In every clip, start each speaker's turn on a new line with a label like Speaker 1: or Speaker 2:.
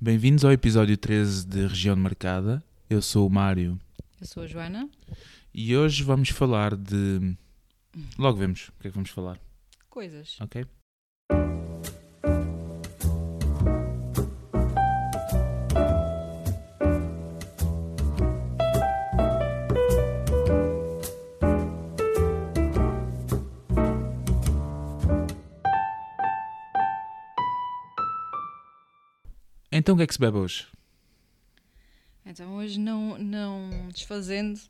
Speaker 1: Bem-vindos ao episódio 13 de Região de Marcada. Eu sou o Mário
Speaker 2: Eu sou a Joana.
Speaker 1: e hoje vamos falar de. Logo vemos o que é que vamos falar,
Speaker 2: Coisas.
Speaker 1: ok? Então o que é que se bebe hoje?
Speaker 2: Então hoje não, não desfazendo,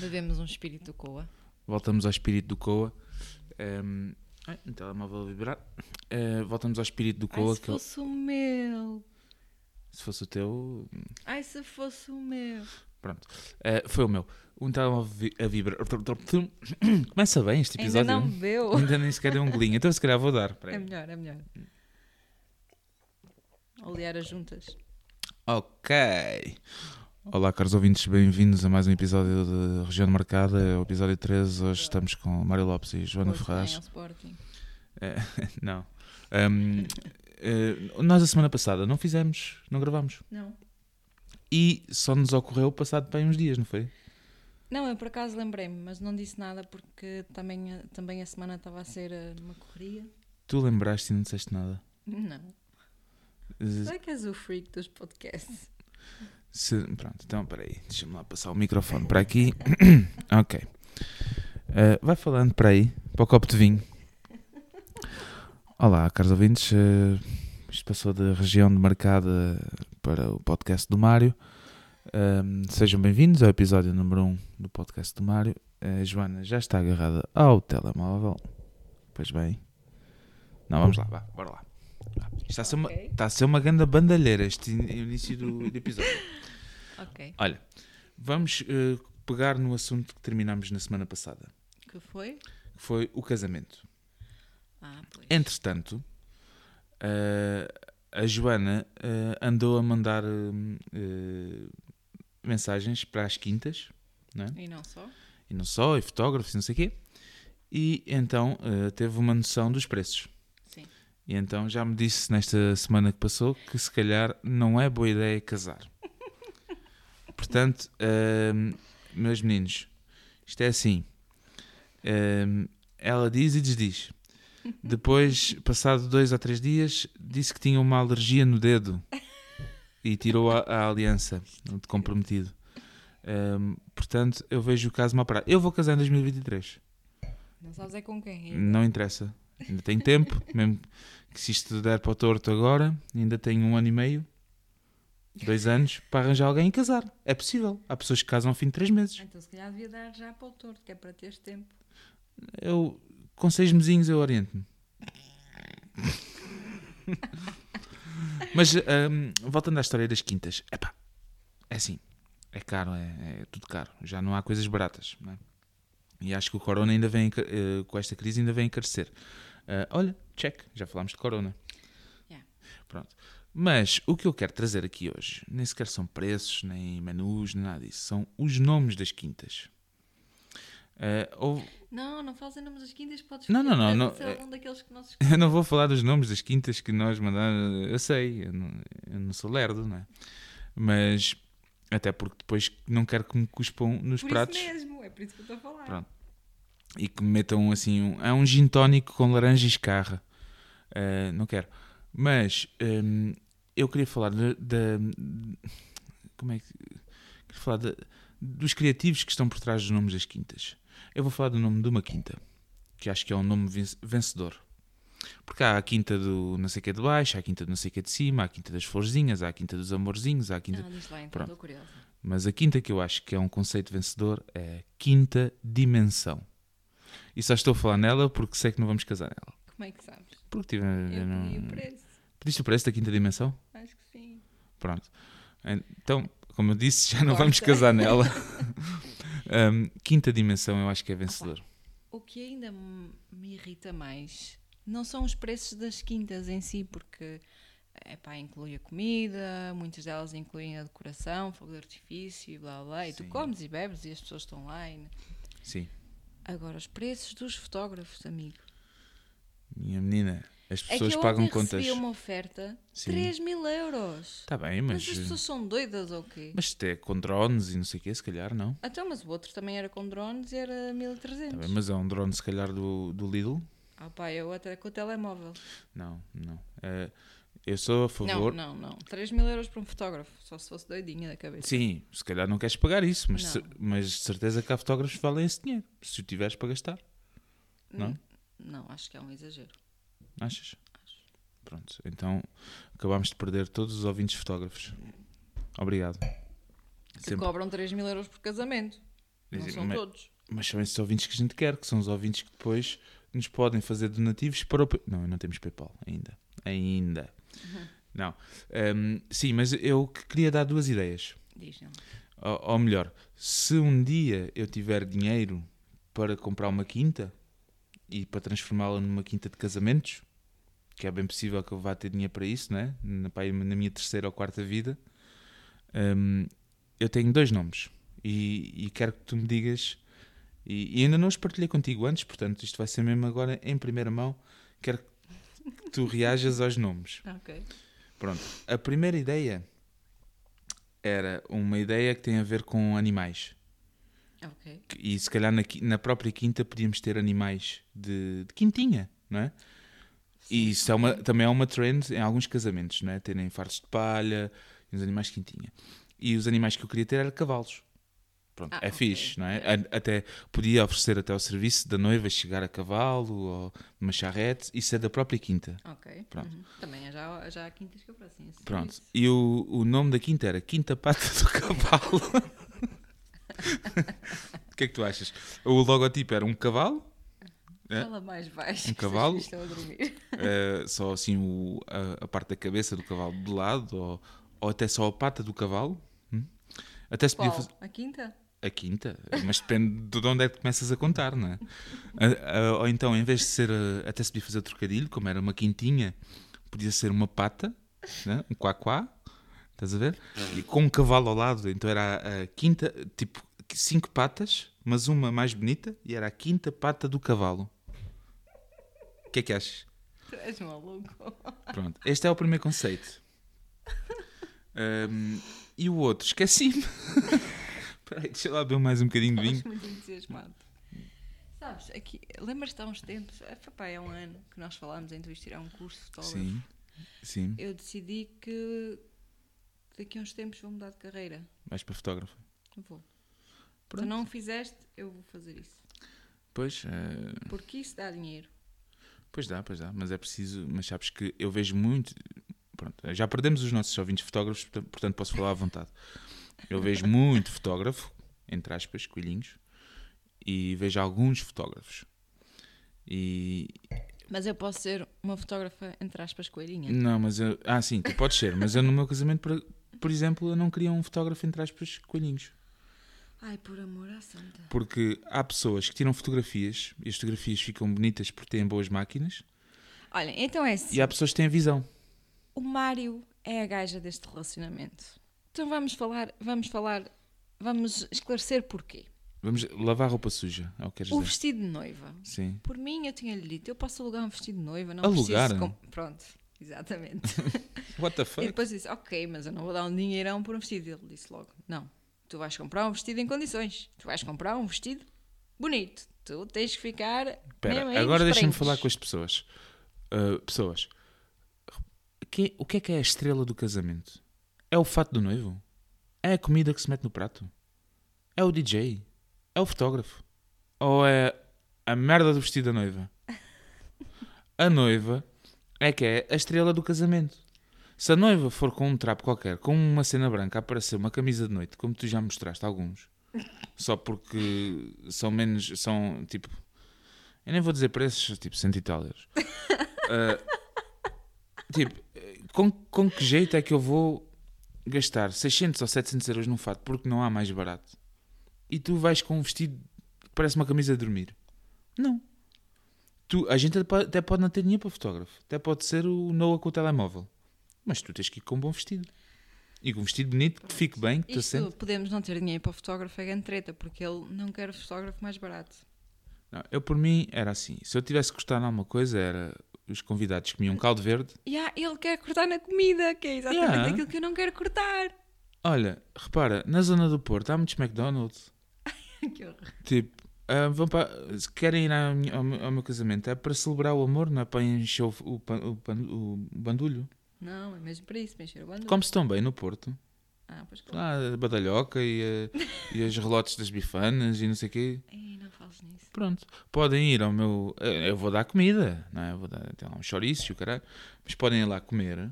Speaker 2: bebemos um espírito do coa.
Speaker 1: Voltamos ao espírito do Coa. Ehm, ai, o telemóvel a vibrar. Eh, voltamos ao espírito do
Speaker 2: Ai,
Speaker 1: Coa.
Speaker 2: se
Speaker 1: que eu-
Speaker 2: fosse o meu.
Speaker 1: se fosse o teu,
Speaker 2: Ai, se fosse o meu.
Speaker 1: Eh, foi o meu. Um telemóvel vi- a vibrar. Começa bem este
Speaker 2: Ainda
Speaker 1: episódio. é
Speaker 2: não bebeu.
Speaker 1: Ainda nem sequer deu um golinho. Então, se calhar, vou dar. Espera
Speaker 2: É
Speaker 1: aí.
Speaker 2: melhor, é melhor. Olear as juntas.
Speaker 1: Ok. Olá, caros ouvintes, bem-vindos a mais um episódio de Região de Marcada, é o episódio 13. Hoje estamos com Mário Lopes e Joana
Speaker 2: Hoje é vem
Speaker 1: Ferraz.
Speaker 2: ao Sporting.
Speaker 1: Eh, não. Ehm, eh, nós, a semana passada, não fizemos, não gravamos.
Speaker 2: Não.
Speaker 1: E só nos ocorreu passado bem uns dias, não foi?
Speaker 2: Não, eu por acaso lembrei-me, mas não disse nada porque também, a- também a semana estava a ser eh, uma correria.
Speaker 1: Tu lembraste e não disseste nada.
Speaker 2: Não.
Speaker 1: Eh,
Speaker 2: Será que és o freak dos podcasts?
Speaker 1: se- pronto, então peraí, deixa-me lá passar o microfone para aqui. ok. Eh, vai falando para aí, para o copo de vinho. Olá, caros ouvintes. eh, isto passou da região de marcada para o podcast do Mário. Ehm, sejam bem-vindos ao episódio número 1 do podcast do Mário. Eh, Joana já está agarrada ao telemóvel. Pois bem. Não, vamos lá, vá, bora lá. Vá. Isto está a ser é uma,
Speaker 2: Ok.
Speaker 1: está a ser uma grande bandalheira este in- início do do episódio.
Speaker 2: Ok.
Speaker 1: Olha, vamos eh, pegar no assunto que terminámos na semana passada,
Speaker 2: Que foi?
Speaker 1: que foi o casamento.
Speaker 2: Ah, pois.
Speaker 1: Entretanto, eh, a Joana eh, andou a mandar hum, eh, mensagens para as quintas,
Speaker 2: E não só?
Speaker 1: e não só, e fotógrafos, e não sei o quê, e então eh, teve uma noção dos preços.
Speaker 2: Sim.
Speaker 1: E então já me disse nesta semana que passou que se calhar não é boa ideia casar. Portanto, hum, meus meninos, isto é assim. Hum, ela diz e desdiz. Depois, passado dois ou três dias, disse que tinha uma alergia no dedo e tirou a, a aliança de comprometido. Hum, portanto, eu vejo o caso mal parado. Eu vou casar em 2023.
Speaker 2: Não sabes é com quem? ainda.
Speaker 1: Não interessa. Ainda tenho tempo. Mesmo que se isto der para o torto agora, ainda tenho um ano e meio, dois anos, para arranjar alguém e casar. É possível. Há pessoas que casam ao fim de três meses.
Speaker 2: Então se calhar devia dar já para o torto, que é para teres tempo.
Speaker 1: Eu, com seis mesinhos eu oriento-me. Mas, hum, voltando à história das quintas. Epá, é assim. É caro, é, é tudo caro. Já não há coisas baratas. não é? E acho que o corona ainda vem, enca- eh, com esta crise, ainda vem encarecer. Ah, olha, check. Já falámos de corona.
Speaker 2: Yeah.
Speaker 1: Pronto. Mas o que eu quero trazer aqui hoje, nem sequer são preços, nem menus, nem nada disso. São os nomes das quintas. Ah, houve-
Speaker 2: Não, não fazem nomes das quintas, podes
Speaker 1: Não, não,
Speaker 2: escolher,
Speaker 1: não,
Speaker 2: pode
Speaker 1: não,
Speaker 2: ser
Speaker 1: é-
Speaker 2: algum daqueles que nós
Speaker 1: Eu não vou falar dos nomes das quintas que nós mandaram. Eu sei, eu não, eu não sou lerdo, não é? Mas até porque depois não quero que me cuspam nos
Speaker 2: Por
Speaker 1: pratos
Speaker 2: isso mesmo, é por isso que eu estou a falar.
Speaker 1: Pronto. e que me metam assim. Um, é um gin tónico com laranja e escarra. Ah, não quero. Mas hum, eu queria falar da. da- como é que. Queria falar da- dos criativos que estão por trás dos nomes das quintas. Eu vou falar do nome de uma quinta, que acho que é um nome ven- vencedor. Porque há a quinta do não sei o que é de baixo, há a quinta do não sei o que é de cima, há a quinta das florzinhas, há a quinta dos amorzinhos, há a quinta.
Speaker 2: Não, diz lá então,
Speaker 1: Pronto.
Speaker 2: estou curiosa.
Speaker 1: Mas a quinta que eu acho que é um conceito vencedor é a quinta dimensão. E só estou a falar nela porque sei que não vamos casar nela.
Speaker 2: Como é que sabes?
Speaker 1: Porque tive.
Speaker 2: Eu
Speaker 1: não-
Speaker 2: pedi o preço,
Speaker 1: Pediste o preço da quinta dimensão?
Speaker 2: acho que sim.
Speaker 1: Pronto. Então, como eu disse, já não
Speaker 2: Corta.
Speaker 1: vamos casar nela. Hum, quinta dimensão eu acho que é vencedor.
Speaker 2: O que ainda m- me irrita mais não são os preços das quintas em si, porque epá, inclui a comida, muitas delas incluem a decoração, fogo de artifício e blá blá, e
Speaker 1: Sim.
Speaker 2: tu comes e bebes e as pessoas estão lá. E...
Speaker 1: Sim.
Speaker 2: Agora, os preços dos fotógrafos, amigo.
Speaker 1: Minha menina. As
Speaker 2: É que
Speaker 1: pessoas
Speaker 2: eu
Speaker 1: pagam
Speaker 2: ontem
Speaker 1: contas.
Speaker 2: recebi uma oferta de
Speaker 1: Sim.
Speaker 2: 3 mil euros.
Speaker 1: Está bem,
Speaker 2: Mas
Speaker 1: mas.
Speaker 2: as pessoas são doidas ou quê?
Speaker 1: Mas até com drones e não sei o quê, se calhar não.
Speaker 2: Então, mas o outro também era com drones e era
Speaker 1: Tá
Speaker 2: 1300.
Speaker 1: bem, mas é um drone, se calhar, do, do Lidl?
Speaker 2: Ah pá, eu até com o telemóvel.
Speaker 1: Não, não. Eh, eu sou a favor.
Speaker 2: Não, não, não. 3 mil euros para um fotógrafo, só se fosse doidinha da cabeça.
Speaker 1: Sim, se calhar não queres pagar isso, mas,
Speaker 2: Não.
Speaker 1: cer- mas de certeza que há fotógrafos que valem esse dinheiro, se o tiveres para gastar.
Speaker 2: Hum.
Speaker 1: Não? é?
Speaker 2: Não, acho que é um exagero.
Speaker 1: Achas? Pronto, então acabámos de perder todos os ouvintes fotógrafos. Obrigado.
Speaker 2: Que
Speaker 1: Sempre-
Speaker 2: cobram 3 mil euros por casamento. Não
Speaker 1: Mas-
Speaker 2: são
Speaker 1: mas-
Speaker 2: todos.
Speaker 1: Mas são esses ouvintes que a gente quer, que são os ouvintes que depois nos podem fazer donativos para o. Pay- Não, não temos PayPal ainda. Ainda.
Speaker 2: Uhum.
Speaker 1: Não. Ahm, sim, mas eu que queria dar duas ideias.
Speaker 2: Dizem.
Speaker 1: Ou, ou melhor, se um dia eu tiver dinheiro para comprar uma quinta e para transformá-la numa quinta de casamentos, que é bem possível que eu vá ter dinheiro para isso, né? na, pá, na minha terceira ou quarta vida, hum, eu tenho dois nomes e, e quero que tu me digas. E, e ainda não os partilhei contigo antes, portanto, isto vai ser mesmo agora em primeira mão. Quero que tu reajas aos nomes.
Speaker 2: Ok.
Speaker 1: Pronto, a primeira ideia era uma ideia que tem a ver com animais.
Speaker 2: Ok.
Speaker 1: Que- E se calhar na, qui- na própria quinta podíamos ter animais de, de quintinha, não é? E isso é uma- também é uma trend em alguns casamentos, não é? Terem fardos de palha e uns animais de quintinha. E os animais que eu queria ter eram cavalos. Pronto,
Speaker 2: Ah,
Speaker 1: é
Speaker 2: ok.
Speaker 1: fixe, não é? A- Até podia oferecer até o serviço da noiva chegar a cavalo ou uma charrete, isso é da própria quinta.
Speaker 2: Ok.
Speaker 1: Pronto.
Speaker 2: Uhum. Também há já, já há quintas que eu faço assim.
Speaker 1: Pronto.
Speaker 2: isso.
Speaker 1: E o, o nome da quinta era Quinta Pata do Cavalo. O que é que tu achas? O logotipo era um cavalo, É.
Speaker 2: Fala mais baixo.
Speaker 1: Um
Speaker 2: que vocês
Speaker 1: cavalo.
Speaker 2: Estão a dormir.
Speaker 1: eh, só assim o- a, a parte da cabeça do cavalo de lado, ou, ou até só a pata do cavalo. hum? Até se podia
Speaker 2: Qual?
Speaker 1: fazer
Speaker 2: A quinta?
Speaker 1: a quinta, mas depende de onde é que começas a contar, não é? A- a- ou então, em vez de ser, eh, até se podia fazer trocadilho, como era uma quintinha, podia ser uma pata, né? um quá-quá, estás a ver? E com um cavalo ao lado, então era a, a quinta, tipo, cinco patas, mas uma mais bonita, e era a quinta pata do cavalo. O que é que achas?
Speaker 2: Tu és maluco.
Speaker 1: Pronto, este é o primeiro conceito. Ahm, e o outro, esqueci-me. Espera aí, deixa eu lá beber mais um bocadinho de vinho.
Speaker 2: Estás muito entusiasmado. Sabes, aqui, lembras-te há uns tempos, é, papai, há um ano que nós falámos em tu ires tirar um curso de fotógrafo.
Speaker 1: Sim, sim.
Speaker 2: Eu decidi que daqui a uns tempos vou mudar de carreira.
Speaker 1: Vais para fotógrafo.
Speaker 2: Vou.
Speaker 1: Pronto.
Speaker 2: Tu não o fizeste, eu vou fazer isso.
Speaker 1: Pois, eh,
Speaker 2: Porque isso dá dinheiro.
Speaker 1: pois dá, pois dá. Mas é preciso. Mas sabes que eu vejo muito. Pronto, já perdemos os nossos ouvintes fotógrafos, portan- portanto posso falar à vontade. Eu vejo muito fotógrafo, entre aspas, coelhinhos, e vejo alguns fotógrafos. E,
Speaker 2: Mas eu posso ser uma fotógrafa, entre aspas, coelhinha.
Speaker 1: Não, mas eu. Ah, sim, tu podes ser, mas eu no meu casamento, por, por exemplo, eu não queria um fotógrafo entre aspas coelhinhos.
Speaker 2: Ai, por amor à santa.
Speaker 1: Porque há pessoas que tiram fotografias e as fotografias ficam bonitas porque têm boas máquinas
Speaker 2: Olha, então é assim.
Speaker 1: e há pessoas que têm visão.
Speaker 2: O Mário é a gaja deste relacionamento. Então vamos falar, vamos falar, vamos esclarecer porquê.
Speaker 1: Vamos lavar a roupa suja, é o que queres
Speaker 2: O
Speaker 1: dizer.
Speaker 2: vestido de noiva.
Speaker 1: Sim.
Speaker 2: Por mim, eu tinha-lhe dito, eu posso alugar um vestido de noiva, não
Speaker 1: Alugar?
Speaker 2: preciso... de com- Pronto, exatamente.
Speaker 1: What the
Speaker 2: E
Speaker 1: fuck?
Speaker 2: depois disse, ok, mas eu não vou dar um dinheirão por um vestido. Ele disse logo, não, tu vais comprar um vestido em condições. Tu vais comprar um vestido bonito. Tu tens que ficar... mesmo é aí
Speaker 1: Espera, agora
Speaker 2: nos
Speaker 1: deixa-me
Speaker 2: frentes."
Speaker 1: falar com as pessoas. Ah, pessoas, que- o que é que é a estrela do casamento? É o fato do noivo? É a comida que se mete no prato? É o DJ? É o fotógrafo? Ou é a merda do vestido da noiva? A noiva é que é a estrela do casamento. Se a noiva for com um trapo qualquer, com uma cena branca, a aparecer uma camisa de noite, como tu já mostraste alguns, só porque são menos, são tipo, eu nem vou dizer preços, tipo, 100 e tal euros. Ah, tipo, eh, com, com que jeito é que eu vou gastar 600 ou 700 euros num fato porque não há mais barato? E tu vais com um vestido que parece uma camisa de dormir? Não. Tu, a gente até po- até pode não ter dinheiro para fotógrafo, até pode ser o Noah com o telemóvel, mas tu tens que ir com um bom vestido. E com um vestido bonito, que fique bem, que te
Speaker 2: Isto,
Speaker 1: assente.
Speaker 2: podemos não ter dinheiro para o fotógrafo, é grande treta, porque ele não quer o fotógrafo mais barato.
Speaker 1: Não, eu por mim era assim. Se eu tivesse que gostar de alguma coisa, era os convidados comiam caldo verde.
Speaker 2: Yeah, ah, ele quer cortar na comida, que é exatamente
Speaker 1: Yeah.
Speaker 2: aquilo que eu não quero cortar.
Speaker 1: Olha, repara, na zona do Porto há muitos McDonald's.
Speaker 2: Que horror.
Speaker 1: Tipo, ah, vão para, se querem ir à minha- ao, meu, ao meu casamento é para celebrar o amor, não é para encher o, o, pan- o pan- o bandulho.
Speaker 2: Não, é mesmo para isso, para encher o bando.
Speaker 1: Come-se tão bem no Porto.
Speaker 2: Ah, pois claro.
Speaker 1: Lá a badalhoca e, a- e os relotes das bifanas e não sei o quê.
Speaker 2: Ei, não fales nisso.
Speaker 1: Pronto, podem ir ao meu. eh, Eu vou dar comida, não é? Eu Vou dar tem lá um chouriço, e o caralho. Mas podem ir lá comer,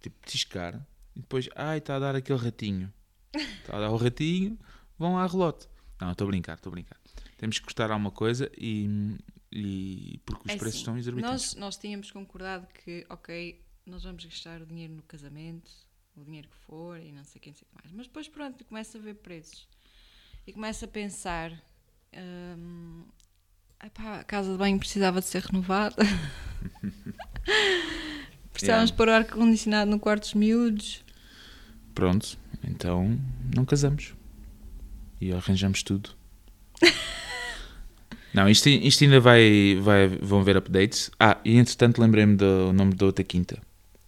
Speaker 1: tipo, tiscar. E depois, ai, está a dar aquele ratinho. Está a dar o ratinho, vão à relote. Não, estou a brincar, estou a brincar. Temos que cortar alguma coisa e. e- porque os
Speaker 2: É
Speaker 1: preços
Speaker 2: assim,
Speaker 1: estão exorbitantes.
Speaker 2: Nós, nós tínhamos concordado que, ok, nós vamos gastar o dinheiro no casamento, o dinheiro que for e não sei quem, não sei o que mais. Mas depois, pronto, começa a ver preços e começa a pensar: hum, epá, a casa de banho precisava de ser renovada, precisávamos
Speaker 1: É.
Speaker 2: pôr o ar-condicionado no quarto dos miúdos.
Speaker 1: Pronto, então não casamos. E arranjamos tudo. não, isto, isto ainda vai, vai. Vão ver updates. Ah, e entretanto lembrei-me do nome da outra quinta.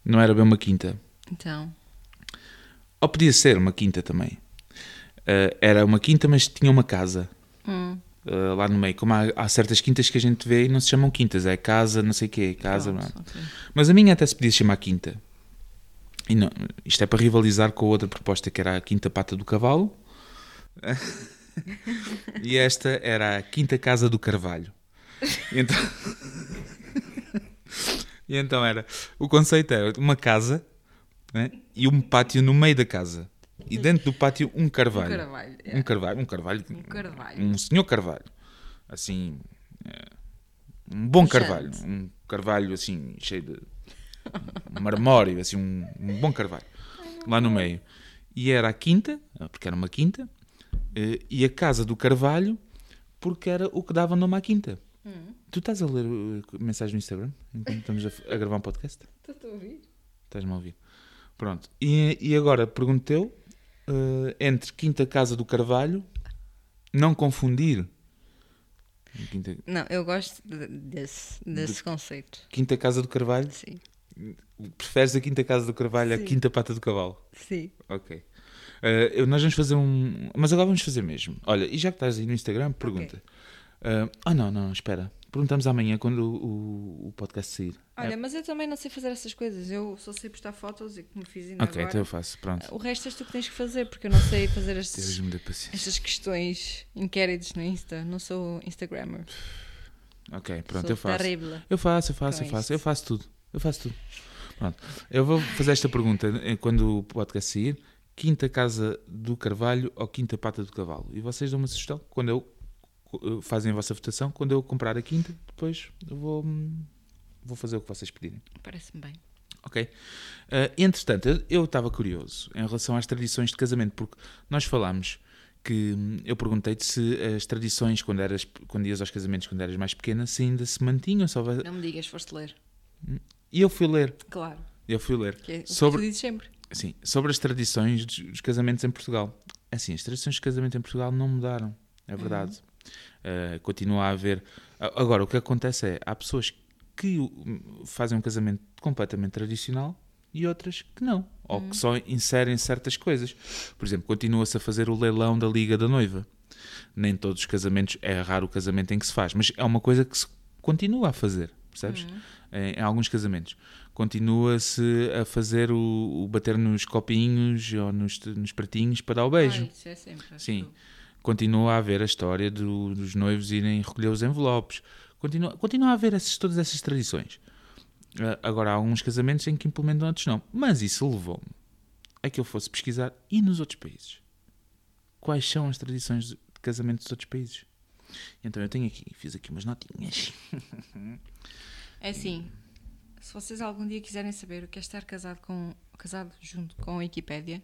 Speaker 1: Não era bem uma quinta.
Speaker 2: Então,
Speaker 1: Ou podia ser uma quinta também. Ah, era uma quinta, mas tinha uma casa
Speaker 2: hum,
Speaker 1: ah, lá no meio. Como há, há certas quintas que a gente vê e não se chamam quintas, é casa, não sei o quê, casa. não é?
Speaker 2: pronto, ok.
Speaker 1: Mas a minha até se podia chamar Quinta. E não, isto é para rivalizar com a outra proposta que era a Quinta Pata do Cavalo. e esta era a Quinta Casa do Carvalho. E então, e então era. O conceito era uma casa né, e um pátio no meio da casa. E dentro do pátio um
Speaker 2: Um
Speaker 1: carvalho.
Speaker 2: carvalho.
Speaker 1: Um carvalho, um carvalho.
Speaker 2: Um carvalho.
Speaker 1: Um senhor carvalho. Assim. eh, Um bom
Speaker 2: Puxante.
Speaker 1: carvalho. Um carvalho assim, cheio de. um marmório, assim, um, um bom carvalho. Lá no meio. E era a quinta, eh, porque era uma quinta, eh, e a casa do carvalho, porque era o que dava nome à quinta. Tu estás a ler eh, mensagens no Instagram enquanto estamos a, f- a gravar um podcast?
Speaker 2: Estou a ouvir?
Speaker 1: Estás-me a ouvir. Pronto. E, e agora, pergunto eu, eh, entre Quinta Casa do Carvalho, não confundir. Quinta,
Speaker 2: Não, eu gosto de- desse, desse conceito.
Speaker 1: Quinta Casa do Carvalho?
Speaker 2: Sim,
Speaker 1: Preferes a Quinta Casa do Carvalho à
Speaker 2: Sim.
Speaker 1: Quinta Pata do Cavalo?
Speaker 2: sim.
Speaker 1: Ok. Eh, eu- nós vamos fazer um. Mas agora vamos fazer mesmo. Olha, e já que estás aí no Instagram, pergunta. Eh, Ah, não, não, espera. Perguntamos amanhã quando o, o- o podcast sair. É.
Speaker 2: Olha, mas eu também não sei fazer essas coisas. Eu só sei postar fotos e como fiz ainda
Speaker 1: ok,
Speaker 2: agora.
Speaker 1: então eu faço. Pronto.
Speaker 2: O resto és tu que tens que fazer, porque eu não sei fazer estes,
Speaker 1: Deus-me dê paciência.
Speaker 2: estas questões, inquéritos no Insta. Não sou Instagrammer.
Speaker 1: Ok, pronto,
Speaker 2: sou
Speaker 1: eu faço.
Speaker 2: Terrível.
Speaker 1: Eu faço, eu faço,
Speaker 2: Com
Speaker 1: eu faço,
Speaker 2: isso.
Speaker 1: eu faço tudo. Eu faço tudo. Pronto. Eu vou fazer esta pergunta eh, quando o podcast sair: Quinta Casa do Carvalho ou Quinta Pata do Cavalo? E vocês dão uma sugestão quando eu eh, fazem a vossa votação. Quando eu comprar a quinta, depois eu vou, hum, vou fazer o que vocês pedirem.
Speaker 2: Parece-me bem.
Speaker 1: Ok? Eh, entretanto, eu- eu estava curioso em relação às tradições de casamento, porque nós falámos que hum, eu perguntei-te se as tradições, quando, eras, quando ias aos casamentos quando eras mais pequena, se ainda se mantinham. se houve-
Speaker 2: Não me digas, foste ler.
Speaker 1: E eu fui ler.
Speaker 2: Claro.
Speaker 1: Eu fui ler
Speaker 2: Que é o que
Speaker 1: sobre,
Speaker 2: tu dizes sempre.
Speaker 1: sim, sobre as tradições dos dos casamentos em Portugal. Assim, as tradições de casamento em Portugal não mudaram,
Speaker 2: Uhum.
Speaker 1: é verdade. Eh, continua a haver. A- Agora, o que acontece é, há pessoas que o- fazem um casamento completamente tradicional e outras que não, ou que só inserem certas coisas. Por exemplo, continua-se a fazer o leilão da Liga da Noiva. Nem todos os casamentos, é raro o casamento em que se faz, mas é uma coisa que se continua a fazer, percebes? É, Em, em alguns casamentos. Continua-se a fazer o, o bater nos copinhos ou nos, nos pratinhos para dar o beijo.
Speaker 2: Ah, isso é sempre.
Speaker 1: Sim. Continua a haver a história do- dos noivos irem recolher os envelopes. Continua, continua a haver essas- todas essas tradições. Ah, Agora, há alguns casamentos em que implementam, outros não. Mas isso levou-me a que eu fosse pesquisar e nos outros países. Quais são as tradições de casamento dos outros países? Então eu tenho aqui, fiz aqui umas notinhas.
Speaker 2: É assim, se vocês algum dia quiserem saber o que é estar casado, com, casado junto com a Wikipédia,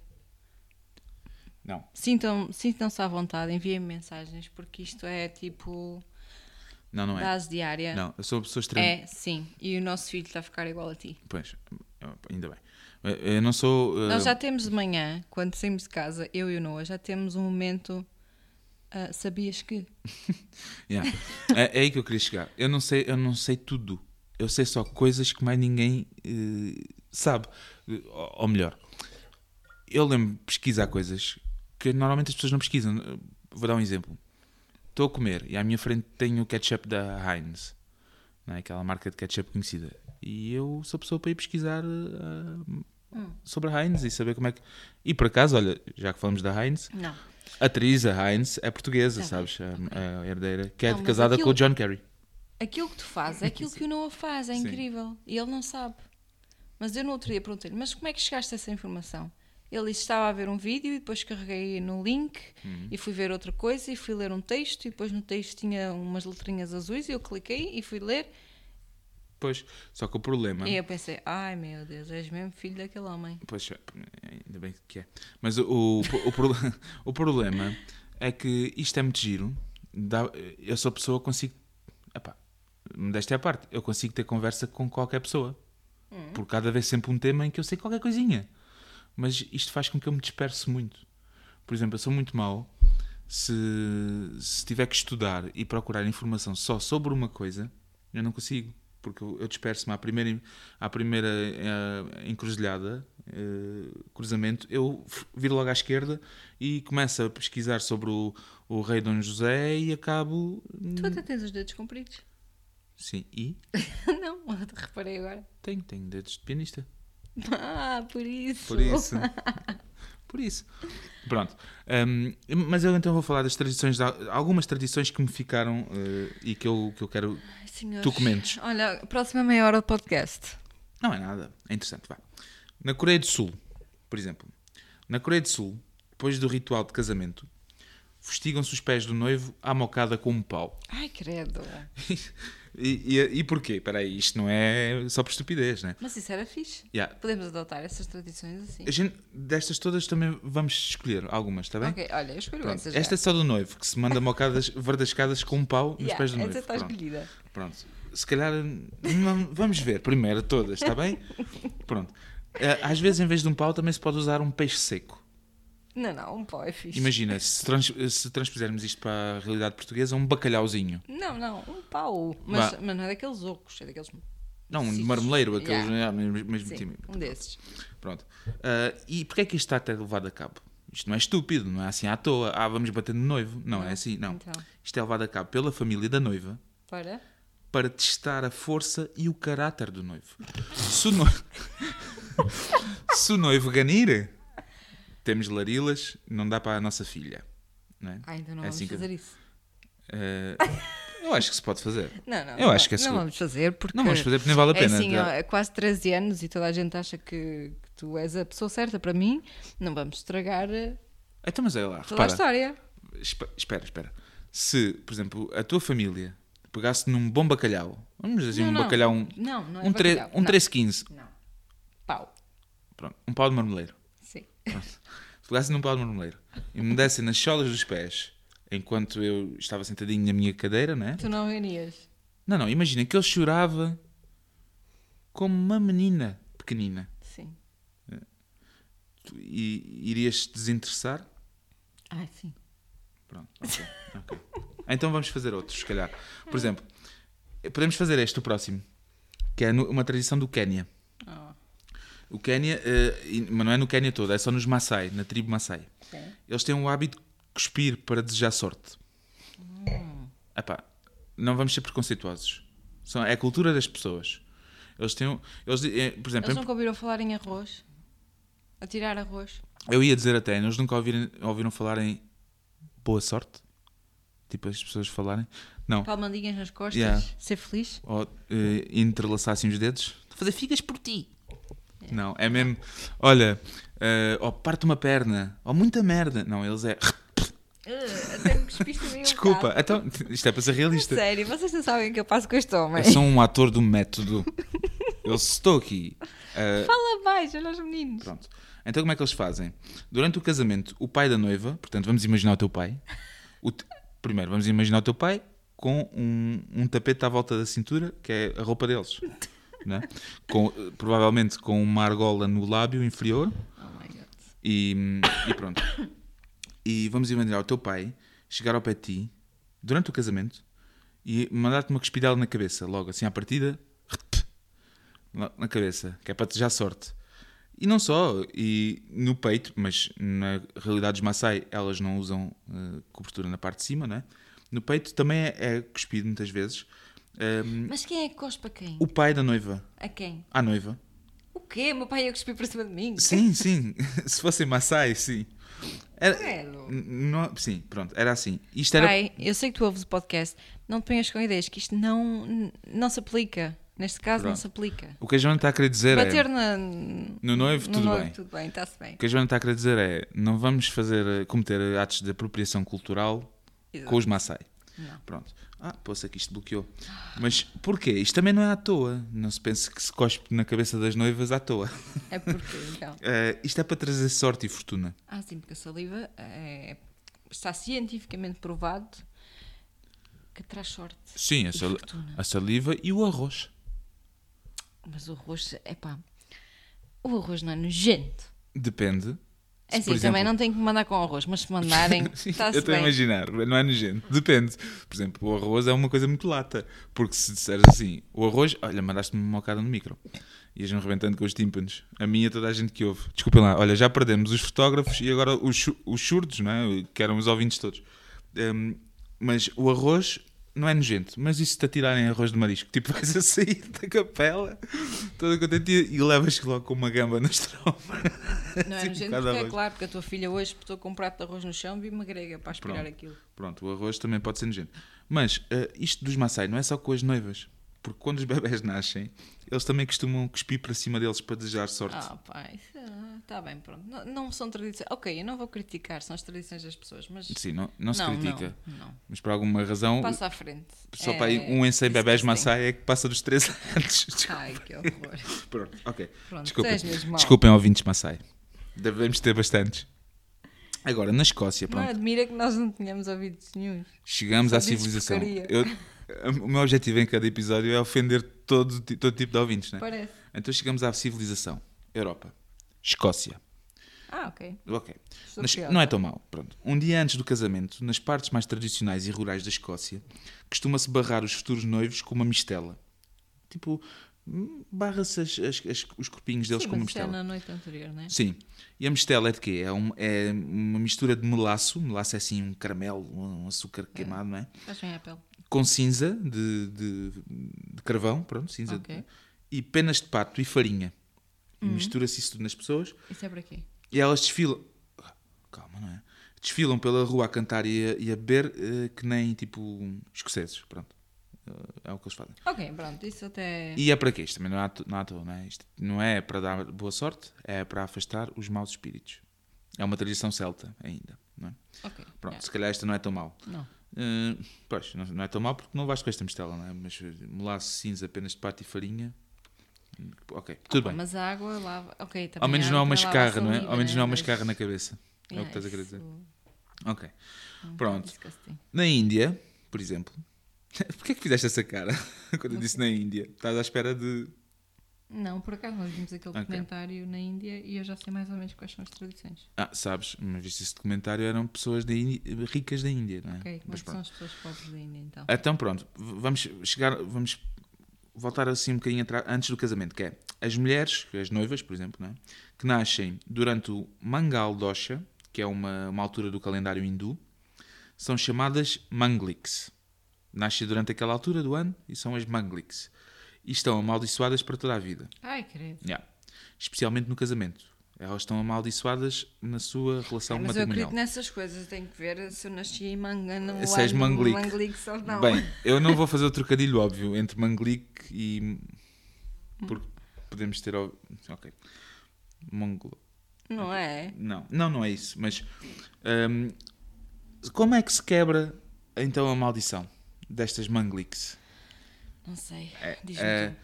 Speaker 1: Não.
Speaker 2: sintam- sintam-se à vontade, enviem-me mensagens, porque isto é tipo
Speaker 1: Não, não é.
Speaker 2: base diária.
Speaker 1: Não, eu sou uma pessoa extrema.
Speaker 2: É, sim. E o nosso filho está a ficar igual a ti.
Speaker 1: Pois, ainda bem. Eu eu não sou. eh,
Speaker 2: Nós já temos de manhã, quando saímos de casa, eu e o Noah, já temos um momento. ah, sabias que?
Speaker 1: yeah. é, é aí que eu queria chegar. Eu não sei, eu não sei tudo. eu sei só coisas que mais ninguém eh, sabe. Eh, Ou, ou melhor, eu lembro de pesquisar coisas que normalmente as pessoas não pesquisam. Eh, Vou dar um exemplo. Estou a comer e à minha frente tenho o ketchup da Heinz, não é? aquela marca de ketchup conhecida. E eu sou pessoa para ir pesquisar eh, sobre a Heinz e saber como é que. E por acaso, olha, já que falamos da Heinz,
Speaker 2: Não.
Speaker 1: a atriz, a Heinz, é portuguesa,
Speaker 2: Tá bem.
Speaker 1: sabes? A, a herdeira, que é
Speaker 2: Não, mas
Speaker 1: casada com
Speaker 2: aquilo-
Speaker 1: o John Kerry.
Speaker 2: Aquilo que tu fazes é aquilo que o Noah faz, é
Speaker 1: Sim.
Speaker 2: incrível. E ele não sabe. Mas eu no outro dia perguntei-lhe, mas como é que chegaste a essa informação? Ele disse, estava a ver um vídeo e depois carreguei no link
Speaker 1: Uhum.
Speaker 2: e fui ver outra coisa e fui ler um texto e depois no texto tinha umas letrinhas azuis e eu cliquei e fui ler
Speaker 1: Pois, só que o problema.
Speaker 2: e eu pensei, ai meu Deus, és mesmo filho daquele homem.
Speaker 1: Pois, é, ainda bem que é. Mas o, o, o proble- o problema é que isto é muito giro. Dá- eu sou pessoa, consigo. Epá, modéstia à parte, eu consigo ter conversa com qualquer pessoa. Por cada vez sempre um tema em que eu sei qualquer coisinha. Mas isto faz com que eu me disperse muito. Por exemplo, eu sou muito mau se, se tiver que estudar e procurar informação só sobre uma coisa, eu não consigo. Porque eu eu disperso-me à primeira, à primeira eh, encruzilhada, eh, cruzamento, eu f- viro logo à esquerda e começo a pesquisar sobre o, o rei Dom José e acabo.
Speaker 2: Tu até tens os dedos compridos.
Speaker 1: Sim, e
Speaker 2: não, reparei agora.
Speaker 1: tenho, tenho dedos de pianista.
Speaker 2: Ah, por isso.
Speaker 1: Por isso. Por isso. Pronto. Hum, mas eu então vou falar das tradições, de al- algumas tradições que me ficaram eh, e que eu, que eu quero.
Speaker 2: Ai, senhores.
Speaker 1: Tu comentes.
Speaker 2: Olha, próxima meia hora do podcast.
Speaker 1: Não é nada. É interessante. Vá. Na Coreia do Sul, por exemplo. Na Coreia do Sul, depois do ritual de casamento, festigam-se os pés do noivo à mocada com um pau.
Speaker 2: Ai, credo.
Speaker 1: E, e, e porquê? Espera aí, isto não é só por estupidez, né?
Speaker 2: Mas isso era fixe.
Speaker 1: Yeah.
Speaker 2: Podemos adotar essas tradições assim.
Speaker 1: A gente, destas todas também vamos escolher algumas, está bem?
Speaker 2: Ok, olha, eu escolho
Speaker 1: Pronto,
Speaker 2: essa já.
Speaker 1: Esta é só do noivo, que se manda mocadas verdascadas com um pau nos
Speaker 2: Yeah,
Speaker 1: pés do noivo.
Speaker 2: Essa está
Speaker 1: Pronto.
Speaker 2: escolhida.
Speaker 1: Pronto. Se calhar. não- vamos ver primeiro todas, está bem? Pronto. Eh, Às vezes, em vez de um pau, também se pode usar um peixe seco.
Speaker 2: Não, não, um pó é fixe.
Speaker 1: Imagina, se, trans- se transpusermos isto para a realidade portuguesa, um bacalhauzinho.
Speaker 2: Não, não, um pau. Mas,
Speaker 1: Vá.
Speaker 2: mas não é daqueles ocos, é daqueles.
Speaker 1: Não, um
Speaker 2: Sim.
Speaker 1: marmeleiro, aquele
Speaker 2: Yeah.
Speaker 1: ah, mesmo, mesmo
Speaker 2: Sim,
Speaker 1: time.
Speaker 2: um desses.
Speaker 1: Pronto. Ah, e porquê é que isto está até levado a cabo? Isto não é estúpido, não é assim à toa. Ah, vamos bater no noivo. Não, é assim, não.
Speaker 2: Então.
Speaker 1: Isto é levado a cabo pela família da noiva.
Speaker 2: Para.
Speaker 1: para testar a força e o caráter do noivo. Se o noivo, Se o noivo ganir, temos larilas, não dá para a nossa filha. Não é?
Speaker 2: Ah, então não
Speaker 1: É
Speaker 2: vamos
Speaker 1: assim que-
Speaker 2: fazer isso.
Speaker 1: Eh, eu acho que se pode fazer.
Speaker 2: Não, não.
Speaker 1: Eu
Speaker 2: não,
Speaker 1: acho que é
Speaker 2: Não
Speaker 1: seguro.
Speaker 2: vamos fazer porque.
Speaker 1: Não vamos fazer porque nem vale a
Speaker 2: É
Speaker 1: pena.
Speaker 2: assim,
Speaker 1: tá?
Speaker 2: ó, é quase 13 anos e toda a gente acha que, que tu és a pessoa certa para mim. Não vamos estragar eh,
Speaker 1: Então, mas olha lá,
Speaker 2: toda a
Speaker 1: repara.
Speaker 2: história.
Speaker 1: Espe- Espera, espera. Se, por exemplo, a tua família pegasse num bom bacalhau, vamos dizer
Speaker 2: Não,
Speaker 1: um
Speaker 2: não.
Speaker 1: bacalhau, um,
Speaker 2: Não, não é
Speaker 1: um, tre-
Speaker 2: bacalhau.
Speaker 1: um
Speaker 2: Não.
Speaker 1: 315,
Speaker 2: Não. Pau.
Speaker 1: pronto, um pau de marmoleiro.
Speaker 2: Sim.
Speaker 1: Se pegassem num pau de marmoleiro e me dessem nas solas dos pés, enquanto eu estava sentadinho na minha cadeira, né?
Speaker 2: Tu não reunias.
Speaker 1: Não, não, imagina que eu chorava como uma menina pequenina.
Speaker 2: Sim.
Speaker 1: Tu i- irias te desinteressar?
Speaker 2: Ai, Ah, sim.
Speaker 1: Pronto, ok, ok. Então vamos fazer outros, se calhar. Por exemplo, podemos fazer este, o próximo, que é no- uma tradição do Quénia.
Speaker 2: Ah,
Speaker 1: O Quénia, eh, e- mas não é no Quénia todo, é só nos Maasai, na tribo Maasai.
Speaker 2: sim.
Speaker 1: Eles têm o hábito de cuspir para desejar sorte. Epá, não vamos ser preconceituosos. São, é a cultura das pessoas. Eles têm. um- Eles, di- eh, por exemplo,
Speaker 2: Eles nunca ouviram falar em arroz? A tirar arroz?
Speaker 1: eu ia dizer até, eles nunca ouviram, ouviram falar em boa sorte. Tipo as pessoas falarem. Não.
Speaker 2: Palmadinhas nas costas?
Speaker 1: Yeah.
Speaker 2: Ser feliz?
Speaker 1: Ou eh, entrelaçar assim os dedos. Vou Fazer figas por ti. Não, é mesmo. Olha, eh, ou parte uma perna, ou muita merda. Não, eles é.
Speaker 2: Eh, até me cuspiste meio
Speaker 1: Desculpa, então, isto é para ser realista.
Speaker 2: Sério, vocês não sabem o que eu passo com este homem.
Speaker 1: Eu sou um ator do método. Eu estou aqui. Ah,
Speaker 2: Fala baixo, olha os meninos.
Speaker 1: pronto. Então, como é que eles fazem? Durante o casamento, o pai da noiva, portanto, vamos imaginar o teu pai. O te- Primeiro, vamos imaginar o teu pai com um, um tapete à volta da cintura, que é a roupa deles. né? Com, eh, provavelmente com uma argola no lábio inferior.
Speaker 2: Oh my god.
Speaker 1: E, e pronto. E vamos imaginar o teu pai chegar ao pé de ti durante o casamento e mandar-te uma cuspidela na cabeça, logo assim à partida. lá na cabeça, que é para desejar sorte. E não só, e no peito, mas na realidade dos Maasai elas não usam eh, cobertura na parte de cima, né? No peito também é, é cuspido muitas vezes. Ahm,
Speaker 2: Mas quem é que cospe a quem?
Speaker 1: o pai da noiva,
Speaker 2: A quem?
Speaker 1: à noiva.
Speaker 2: O quê? Meu pai é ia cuspir para cima de mim?
Speaker 1: Sim, sim. Se fossem Maasai, sim. Era,
Speaker 2: Credo.
Speaker 1: N- não- sim, pronto, era assim. Isto era.
Speaker 2: Pai, eu sei que tu ouves o podcast, não te ponhas com ideias que isto não, n- não se aplica. Neste caso, não
Speaker 1: Pronto.
Speaker 2: se aplica.
Speaker 1: O que a Joana está a querer dizer
Speaker 2: Bater
Speaker 1: é.
Speaker 2: na,
Speaker 1: No noivo,
Speaker 2: no
Speaker 1: tudo
Speaker 2: noivo,
Speaker 1: bem.
Speaker 2: tudo bem, está-se bem.
Speaker 1: O que a Joana está a querer dizer é: não vamos fazer, eh, cometer atos de apropriação cultural
Speaker 2: Exato.
Speaker 1: com os Maasai.
Speaker 2: Não.
Speaker 1: Pronto. Ah, poça, que isto bloqueou. Mas porquê? Isto também não é à toa. Não se pense que se cospe na cabeça das noivas à toa.
Speaker 2: É porque, então.
Speaker 1: Eh, isto é para trazer sorte e fortuna.
Speaker 2: Ah, sim, porque a saliva é- está cientificamente provado que traz sorte.
Speaker 1: Sim, a,
Speaker 2: E
Speaker 1: sal-
Speaker 2: fortuna.
Speaker 1: a saliva e o arroz.
Speaker 2: Mas o arroz, é pá. O arroz não é nojento.
Speaker 1: Depende.
Speaker 2: É
Speaker 1: Se,
Speaker 2: assim,
Speaker 1: por
Speaker 2: também
Speaker 1: exemplo-
Speaker 2: não tenho que mandar com arroz, mas se mandarem,
Speaker 1: Sim,
Speaker 2: está-se
Speaker 1: eu estou a
Speaker 2: bem.
Speaker 1: imaginar, não é nojento. Depende. Por exemplo, o arroz é uma coisa muito lata. Porque se disseres assim, o arroz, olha, mandaste-me uma mocada no micro. Ias-me arrebentando com os tímpanos. A minha toda a gente que ouve. Desculpem lá, olha, já perdemos os fotógrafos e agora os, chu- os surdos, não é? que eram os ouvintes todos. Hum, mas o arroz não é nojento. Mas e se te atirarem arroz de marisco? Tipo, vais a sair da capela toda contente e e levas logo com uma gamba na estrofa.
Speaker 2: Não é
Speaker 1: Sim, por
Speaker 2: nojento,
Speaker 1: causa do
Speaker 2: porque é
Speaker 1: um arroz.
Speaker 2: claro, porque a tua filha hoje botou com um prato de arroz no chão e vi uma grega para aspirar
Speaker 1: Pronto.
Speaker 2: aquilo.
Speaker 1: Pronto, o arroz também pode ser nojento. Mas eh, isto dos Maasai não é só com as noivas. Porque quando os bebés nascem, eles também costumam cuspir para cima deles para desejar sorte.
Speaker 2: Ah, pá, está bem, pronto. Não, não são tradições. Ok, eu não vou criticar, são as tradições das pessoas, mas.
Speaker 1: Sim, não, não se critica.
Speaker 2: Não, não.
Speaker 1: Mas por alguma razão,
Speaker 2: Passa à frente.
Speaker 1: só
Speaker 2: É-
Speaker 1: para aí um em 100
Speaker 2: isso
Speaker 1: bebés
Speaker 2: que se tem.
Speaker 1: Maasai é que passa dos 3 anos.
Speaker 2: Ai, que horror.
Speaker 1: Pronto, ok.
Speaker 2: Pronto,
Speaker 1: Desculpem.
Speaker 2: tu és mesmo mau.
Speaker 1: Desculpem, ouvintes Maasai. Devemos ter bastantes. Agora, na Escócia,
Speaker 2: Não
Speaker 1: pronto,
Speaker 2: admira que nós não tenhamos ouvido nenhum.
Speaker 1: chegamos à
Speaker 2: Só dizes
Speaker 1: civilização.
Speaker 2: porcaria.
Speaker 1: Eu- o meu objetivo em cada episódio é ofender todo, ti- todo tipo de ouvintes, né?
Speaker 2: Parece.
Speaker 1: Então chegamos à civilização. Europa. Escócia.
Speaker 2: Ah, ok.
Speaker 1: Ok.
Speaker 2: Sou
Speaker 1: Mas
Speaker 2: curiosa.
Speaker 1: não é tão mau. Pronto. Um dia antes do casamento, nas partes mais tradicionais e rurais da Escócia, costuma-se barrar os futuros noivos com uma mistela. Tipo, hum, barra-se as- as- as- os corpinhos deles
Speaker 2: Sim,
Speaker 1: com uma
Speaker 2: mas isso é
Speaker 1: mistela.
Speaker 2: na noite anterior, não é?
Speaker 1: Sim. E a mistela é de quê? É, um- é uma mistura de melaço. Melaço é assim um caramelo, um açúcar queimado, não é?
Speaker 2: Faz bem à pele.
Speaker 1: Com cinza de, de- de carvão, pronto, cinza. de-
Speaker 2: Ok. Hum.
Speaker 1: e penas de pato e farinha. E mistura-se isso tudo nas pessoas.
Speaker 2: Isso é para quê?
Speaker 1: E elas desfilam. Calma, não é? Desfilam pela rua a cantar e a, e a beber, eh, que nem tipo escoceses. Pronto. Eh, é o que eles fazem.
Speaker 2: Ok, pronto, isso até.
Speaker 1: E é para quê? Isto também não é à to- não é à toa, não é? Isto não é para dar boa sorte, é para afastar os maus espíritos. É uma tradição celta ainda, não é?
Speaker 2: Ok.
Speaker 1: Pronto,
Speaker 2: yeah.
Speaker 1: se calhar esta não é tão mau.
Speaker 2: Não.
Speaker 1: Eh, pois, não, não é tão mau porque não vais com esta mistela, não é? Mas eh, melaço, cinza, apenas de pato e farinha. hum, Ok, tudo
Speaker 2: Opa,
Speaker 1: bem.
Speaker 2: Mas a água lava. Ok, também
Speaker 1: Ao menos não há uma
Speaker 2: também lava a
Speaker 1: escarra, não é?
Speaker 2: saliva,
Speaker 1: Ao menos
Speaker 2: né?
Speaker 1: não há uma
Speaker 2: Mas-
Speaker 1: escarra na cabeça. É o que
Speaker 2: Yeah,
Speaker 1: estás a querer dizer.
Speaker 2: isso-
Speaker 1: Ok.
Speaker 2: um
Speaker 1: Pronto.
Speaker 2: disgusting.
Speaker 1: Na Índia, por exemplo. Porquê é que fizeste essa cara quando eu disse na Índia? Estás à espera de.
Speaker 2: Não, por acaso nós vimos aquele
Speaker 1: Ok.
Speaker 2: documentário na Índia e eu já sei mais ou menos quais são as tradições.
Speaker 1: Ah, sabes, mas viste esse documentário, eram pessoas da Índia- ricas da Índia, não é?
Speaker 2: Ok, como é
Speaker 1: Mas
Speaker 2: que são
Speaker 1: pronto.
Speaker 2: as pessoas pobres da Índia então?
Speaker 1: Então pronto, v- vamos chegar, vamos voltar assim um bocadinho atrás, antes do casamento, que é as mulheres, as noivas, por exemplo, não é? que nascem durante o Mangal Dosha, que é uma, uma altura do calendário hindu, são chamadas Mangliks. Nascem durante aquela altura do ano e são as Mangliks. E estão amaldiçoadas para toda a vida.
Speaker 2: Ai, credo.
Speaker 1: Yeah. Especialmente no casamento. Elas estão amaldiçoadas na sua relação
Speaker 2: mas eu
Speaker 1: matrimonial.
Speaker 2: acredito nessas coisas, eu tenho que ver se eu nasci em Mangana um ou
Speaker 1: Se és manglique.
Speaker 2: ou não.
Speaker 1: Bem, eu não vou fazer o trocadilho óbvio entre manglique e. Porque podemos ter. ó- Ok. Mongolo.
Speaker 2: Não é?
Speaker 1: Não, não, não é isso. Mas. hum, como é que se quebra então a maldição destas mangliques?
Speaker 2: Não sei.
Speaker 1: É,
Speaker 2: Diz-me
Speaker 1: é,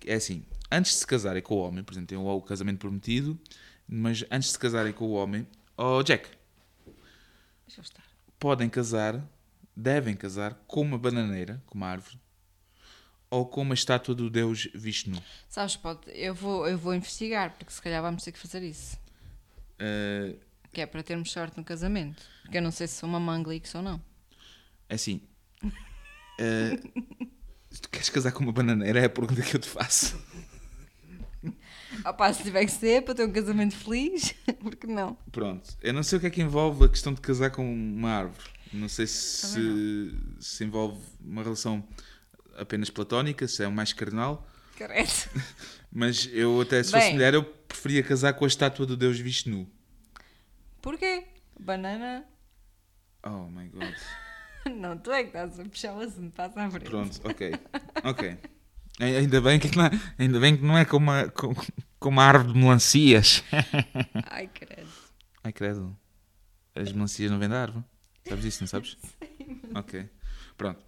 Speaker 2: tu.
Speaker 1: é assim, antes de se casarem com o homem, por exemplo, tem o casamento prometido, mas antes de se casarem com o homem, oh Jack,
Speaker 2: Deixa eu estar.
Speaker 1: podem casar, devem casar com uma bananeira, com uma árvore, ou com uma estátua do deus Vishnu.
Speaker 2: Sabes, pode, eu vou, eu vou investigar, porque se calhar vamos ter que fazer isso.
Speaker 1: Eh,
Speaker 2: Que é para termos sorte no casamento. Porque eu não sei se sou uma manglix ou não.
Speaker 1: É assim. eh, se tu queres casar com uma bananeira? É a pergunta que eu te faço.
Speaker 2: Ah pá, se tiver que ser para ter um casamento feliz, porque não?
Speaker 1: Pronto. Eu não sei o que é que envolve a questão de casar com uma árvore. Não sei se, se envolve uma relação apenas platónica, se é um mais carnal.
Speaker 2: Carece.
Speaker 1: Mas eu até, se
Speaker 2: Bem.
Speaker 1: fosse mulher, eu preferia casar com a estátua do Deus Vishnu.
Speaker 2: Porquê? Banana?
Speaker 1: Oh my god.
Speaker 2: Não, tu é que estás a puxar o assunto, passa à frente.
Speaker 1: Pronto, ok. Ok. Ai- Ainda bem que não, ainda bem que não é com uma, com, com uma árvore de melancias.
Speaker 2: Ai, credo.
Speaker 1: Ai, credo. As melancias não vêm da árvore. Sabes isso, não sabes? Ok. Pronto.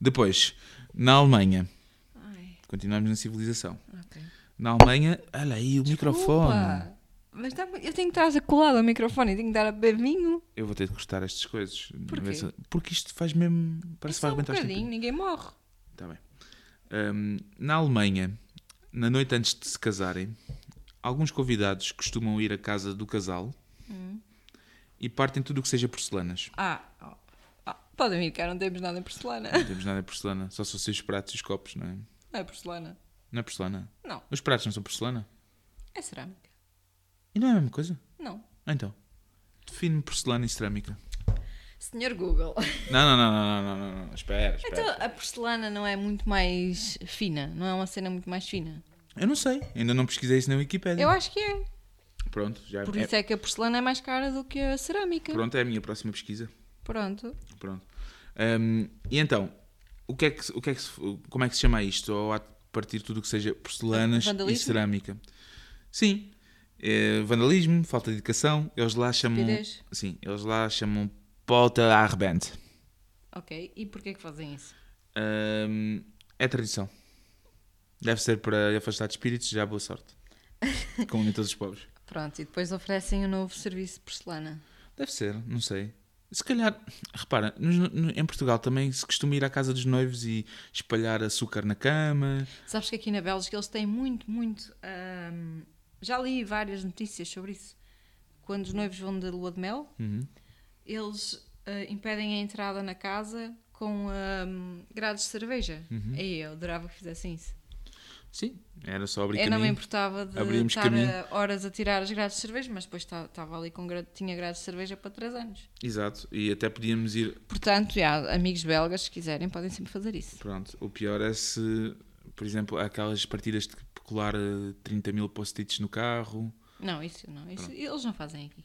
Speaker 1: Depois, na Alemanha.
Speaker 2: Ai,
Speaker 1: Continuamos na civilização.
Speaker 2: ok.
Speaker 1: Na Alemanha, olha aí o microfone.
Speaker 2: Opa! Mas tá- eu tenho que estar colado ao microfone, eu tenho que dar a beber vinho.
Speaker 1: Eu vou ter de cortar estas coisas.
Speaker 2: Porquê?
Speaker 1: Ver se- Porque isto faz mesmo. Parece que
Speaker 2: é só
Speaker 1: vai
Speaker 2: um
Speaker 1: arrebentar esta
Speaker 2: bocadinho, ninguém morre.
Speaker 1: Tá bem. Hum, na Alemanha, na noite antes de se casarem, alguns convidados costumam ir à casa do casal
Speaker 2: Hum.
Speaker 1: e partem tudo o que seja porcelanas.
Speaker 2: Ah, oh. Ah, podem ir cá, não temos nada em porcelana.
Speaker 1: Não temos nada de porcelana, só são os pratos e os copos, não é?
Speaker 2: Não é porcelana.
Speaker 1: Não é porcelana?
Speaker 2: Não,
Speaker 1: Os pratos não são porcelana?
Speaker 2: é cerâmica.
Speaker 1: E não é a mesma coisa?
Speaker 2: Não.
Speaker 1: Ah, Então, define-me porcelana e cerâmica.
Speaker 2: Senhor Google.
Speaker 1: Não, não, não, não, não, não, não, não. Espera, espera.
Speaker 2: Então a porcelana não é muito mais fina, não é uma cena muito mais fina?
Speaker 1: Eu não sei, ainda não pesquisei isso na Wikipédia.
Speaker 2: Eu acho que é.
Speaker 1: Pronto, já
Speaker 2: Por
Speaker 1: é-
Speaker 2: isso é que a porcelana é mais cara do que a cerâmica.
Speaker 1: Pronto, é a minha próxima pesquisa.
Speaker 2: Pronto.
Speaker 1: Pronto. Hum, e então, o que é que, se- o que é que se- como é que se chama isto? Ou a partir de tudo o que seja porcelanas e
Speaker 2: Vandalismo?
Speaker 1: cerâmica? Sim. É, vandalismo, falta de educação, eles lá chamam.
Speaker 2: Estupidez.
Speaker 1: Sim, eles lá chamam pauta arrebente.
Speaker 2: Ok. E porquê que fazem isso?
Speaker 1: Hum, é tradição. Deve ser para afastar de espíritos, já boa sorte. Como em todos os povos.
Speaker 2: Pronto, e depois oferecem um novo serviço de porcelana.
Speaker 1: Deve ser, não sei. Se calhar, repara, nos- no- em Portugal também se costuma ir à casa dos noivos e espalhar açúcar na cama.
Speaker 2: Sabes que aqui na Bélgica eles têm muito, muito. hum, já li várias notícias sobre isso. Quando os noivos vão da lua de mel,
Speaker 1: Uhum.
Speaker 2: eles ah, impedem a entrada na casa com hum, grades de cerveja.
Speaker 1: Uhum.
Speaker 2: Aí eu adorava que fizessem isso.
Speaker 1: Sim, era só abrir
Speaker 2: eu não me
Speaker 1: caminho.
Speaker 2: importava de
Speaker 1: Abrimos
Speaker 2: estar
Speaker 1: caminho.
Speaker 2: ah, horas a tirar as grades de cerveja, mas depois estava ali com gra- tinha grades de cerveja para 3 anos.
Speaker 1: Exato, e até podíamos ir.
Speaker 2: Portanto, já, amigos belgas, se quiserem, podem sempre fazer isso.
Speaker 1: Pronto, o pior é se, por exemplo, há aquelas partidas de colar eh, 30 mil post-its no carro.
Speaker 2: Não, isso não. Isso, eles não fazem aqui.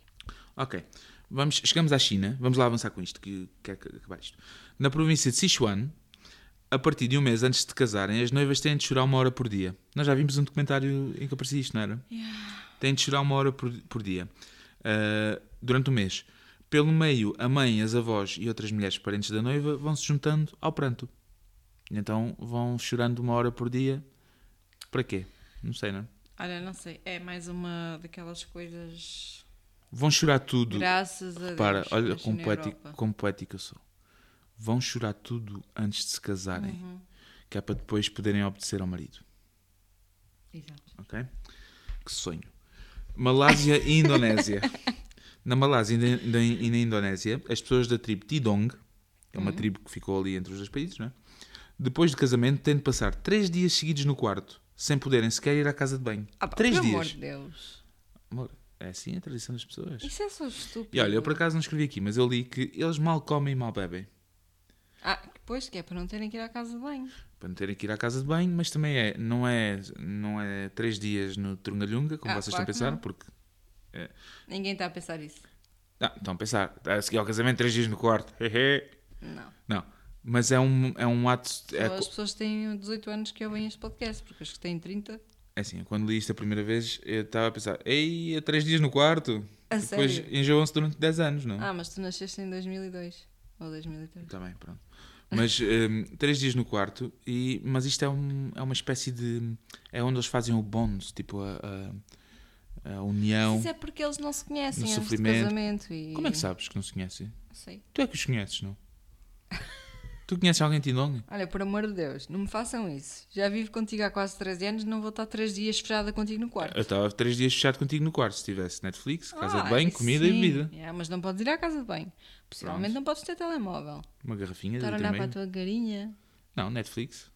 Speaker 1: Ok, vamos, chegamos à China, vamos lá avançar com isto, que quer acabar isto. Na província de Sichuan, a partir de um mês antes de casarem, as noivas têm de chorar uma hora por dia. Nós já vimos um documentário em que aparecia isto, não era? Têm de chorar uma hora por, por dia, ah, durante o mês. Pelo meio, a mãe, as avós e outras mulheres parentes da noiva vão se juntando ao pranto. E Então vão chorando uma hora por dia. Para quê? Não sei, não é?
Speaker 2: Olha, não sei, é mais uma daquelas coisas.
Speaker 1: Vão chorar tudo.
Speaker 2: Graças a Deus.
Speaker 1: Repara, olha
Speaker 2: nasci
Speaker 1: como
Speaker 2: na
Speaker 1: poético,
Speaker 2: Europa.
Speaker 1: como poético eu sou. Vão chorar tudo antes de se casarem,
Speaker 2: Uhum.
Speaker 1: que é para depois poderem obedecer ao marido.
Speaker 2: Exato.
Speaker 1: Ok? Que sonho. Malásia e Indonésia. Na Malásia e na- na- e na Indonésia, as pessoas da tribo Tidong, é
Speaker 2: Uhum.
Speaker 1: uma tribo que ficou ali entre os dois países, não é? Depois de casamento, têm de passar três dias seguidos no quarto, sem poderem sequer ir à casa de banho.
Speaker 2: Ah, pá,
Speaker 1: três
Speaker 2: pelo amor
Speaker 1: dias.
Speaker 2: de Deus.
Speaker 1: Amor, é assim a tradição das pessoas.
Speaker 2: Isso é só estúpido.
Speaker 1: E olha, eu por acaso não escrevi aqui, mas eu li que eles mal comem e mal bebem.
Speaker 2: Ah, pois que é para não terem que ir à casa de banho.
Speaker 1: para não terem que ir à casa de banho, mas também é, não é, não é três dias no Turngalhunga, como
Speaker 2: Ah,
Speaker 1: vocês estão
Speaker 2: claro
Speaker 1: a
Speaker 2: que
Speaker 1: pensar,
Speaker 2: não.
Speaker 1: porque
Speaker 2: Ninguém está a pensar isso.
Speaker 1: não, estão a pensar, a seguir ao casamento três dias no quarto, hehe.
Speaker 2: Não.
Speaker 1: não, mas é um, é um ato,
Speaker 2: Só
Speaker 1: é,
Speaker 2: as
Speaker 1: co-
Speaker 2: pessoas que têm 18 anos que ouvem este podcast, porque as que têm 30.
Speaker 1: é assim, quando li isto a primeira vez, eu estava a pensar, ei, é três dias no quarto,
Speaker 2: A
Speaker 1: E depois
Speaker 2: sério?
Speaker 1: enjoam-se durante 10 anos, não?
Speaker 2: Ah, mas tu nasceste em 2002 ou 2003.
Speaker 1: Está bem, pronto. Mas hum, três dias no quarto, e, mas isto é, um- é uma espécie de. É onde eles fazem o bond, tipo a, a- a união.
Speaker 2: Isso é porque eles não se conhecem
Speaker 1: No
Speaker 2: antes
Speaker 1: sofrimento.
Speaker 2: do casamento. E...
Speaker 1: Como é que sabes que não se conhecem?
Speaker 2: Sei.
Speaker 1: Tu é que os conheces, não? tu conheces alguém de Tindong?
Speaker 2: Olha, por amor de Deus, não me façam isso. Já vivo contigo há quase 13 anos, não vou estar 3 dias fechada contigo no quarto.
Speaker 1: Eu estava três dias fechado contigo no quarto. Se tivesse Netflix, É, casa de
Speaker 2: Ah,
Speaker 1: banho,
Speaker 2: isso
Speaker 1: comida e
Speaker 2: sim.
Speaker 1: bebida.
Speaker 2: É, mas não podes ir à casa de banho. Possivelmente
Speaker 1: Pronto.
Speaker 2: não podes ter telemóvel.
Speaker 1: Uma garrafinha de
Speaker 2: Estar a
Speaker 1: litro e
Speaker 2: olhar para a
Speaker 1: meio.
Speaker 2: tua carinha.
Speaker 1: Não, Netflix.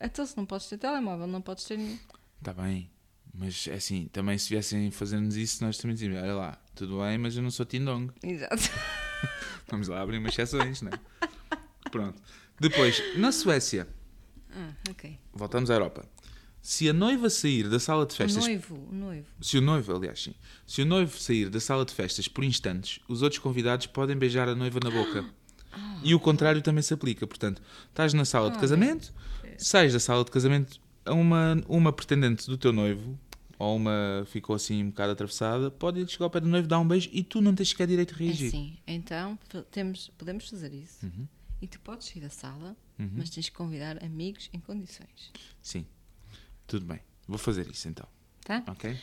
Speaker 2: Então, se não podes ter telemóvel, não podes ter.
Speaker 1: Está Tá bem. Mas é assim, também se viessem fazer-nos isso, nós também dizíamos: olha lá, tudo bem, mas eu não sou Tindong.
Speaker 2: Exato.
Speaker 1: Vamos lá abrir umas exceções, não é? Pronto. Depois, na Suécia,
Speaker 2: Ah, ok.
Speaker 1: voltamos à Europa. Se a noiva sair da sala de
Speaker 2: O
Speaker 1: festas.
Speaker 2: noivo, o noivo.
Speaker 1: Se o noivo, aliás, sim. Se o noivo sair da sala de festas por instantes, os outros convidados podem beijar a noiva na boca. E o contrário também se aplica. Portanto, estás na sala
Speaker 2: Ah,
Speaker 1: de casamento,
Speaker 2: é.
Speaker 1: sais da sala de casamento, a uma, uma pretendente do teu noivo, ou uma ficou assim um bocado atravessada, pode chegar ao pé do noivo, dar um beijo e tu não tens sequer direito de
Speaker 2: É
Speaker 1: reagir.
Speaker 2: assim, então fa- temos, podemos fazer isso.
Speaker 1: Uhum.
Speaker 2: E tu podes ir da sala, mas tens que convidar amigos em condições.
Speaker 1: Sim. Tudo bem. Vou fazer isso então.
Speaker 2: Tá?
Speaker 1: Ok?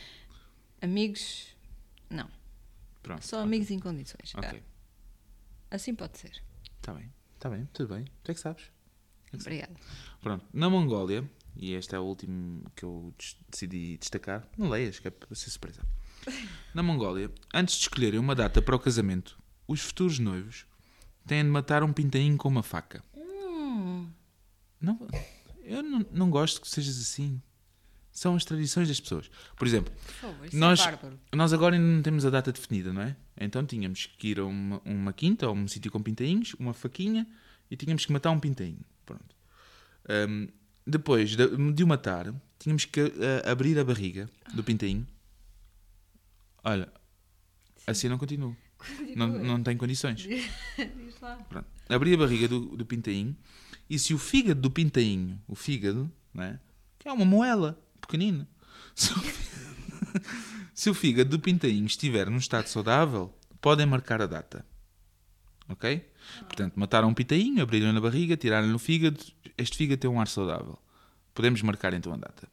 Speaker 2: Amigos, não.
Speaker 1: Pronto.
Speaker 2: Só amigos em condições.
Speaker 1: Ok.
Speaker 2: Ah, Assim pode ser.
Speaker 1: Está bem. Está bem. Tudo bem. Tu é que sabes.
Speaker 2: Obrigada.
Speaker 1: Pronto, na Mongólia, e este é o último que eu des- decidi destacar, não leias, que é para ser surpresa. Na Mongólia, antes de escolherem uma data para o casamento, os futuros noivos têm de matar um pintainho com uma faca.
Speaker 2: Hum,
Speaker 1: Não, eu não, não gosto que sejas assim. São as tradições das pessoas. Por exemplo,
Speaker 2: Por favor, isso
Speaker 1: nós,
Speaker 2: é bárbaro.
Speaker 1: nós agora ainda não temos a data definida, não é? Então tínhamos que ir a uma, uma quinta ou um sítio com pintainhos, uma faquinha e tínhamos que matar um pintainho. Pronto. Ahm, depois de, de o matar, tínhamos que ah, abrir a barriga do pintainho. Olha, assim não continuo. Não,
Speaker 2: é?
Speaker 1: não tem condições.
Speaker 2: Diz lá.
Speaker 1: Pronto. Abri a barriga do, do pintainho e se o fígado do pintainho, o fígado, não é? que é uma moela pequenina, se o, se o fígado do pintainho estiver num estado saudável, podem marcar a data. Ok? Portanto, mataram um pintainho, abriram-lhe a barriga, tiraram-lhe o fígado. Este fígado tem um ar saudável. Podemos marcar então a data.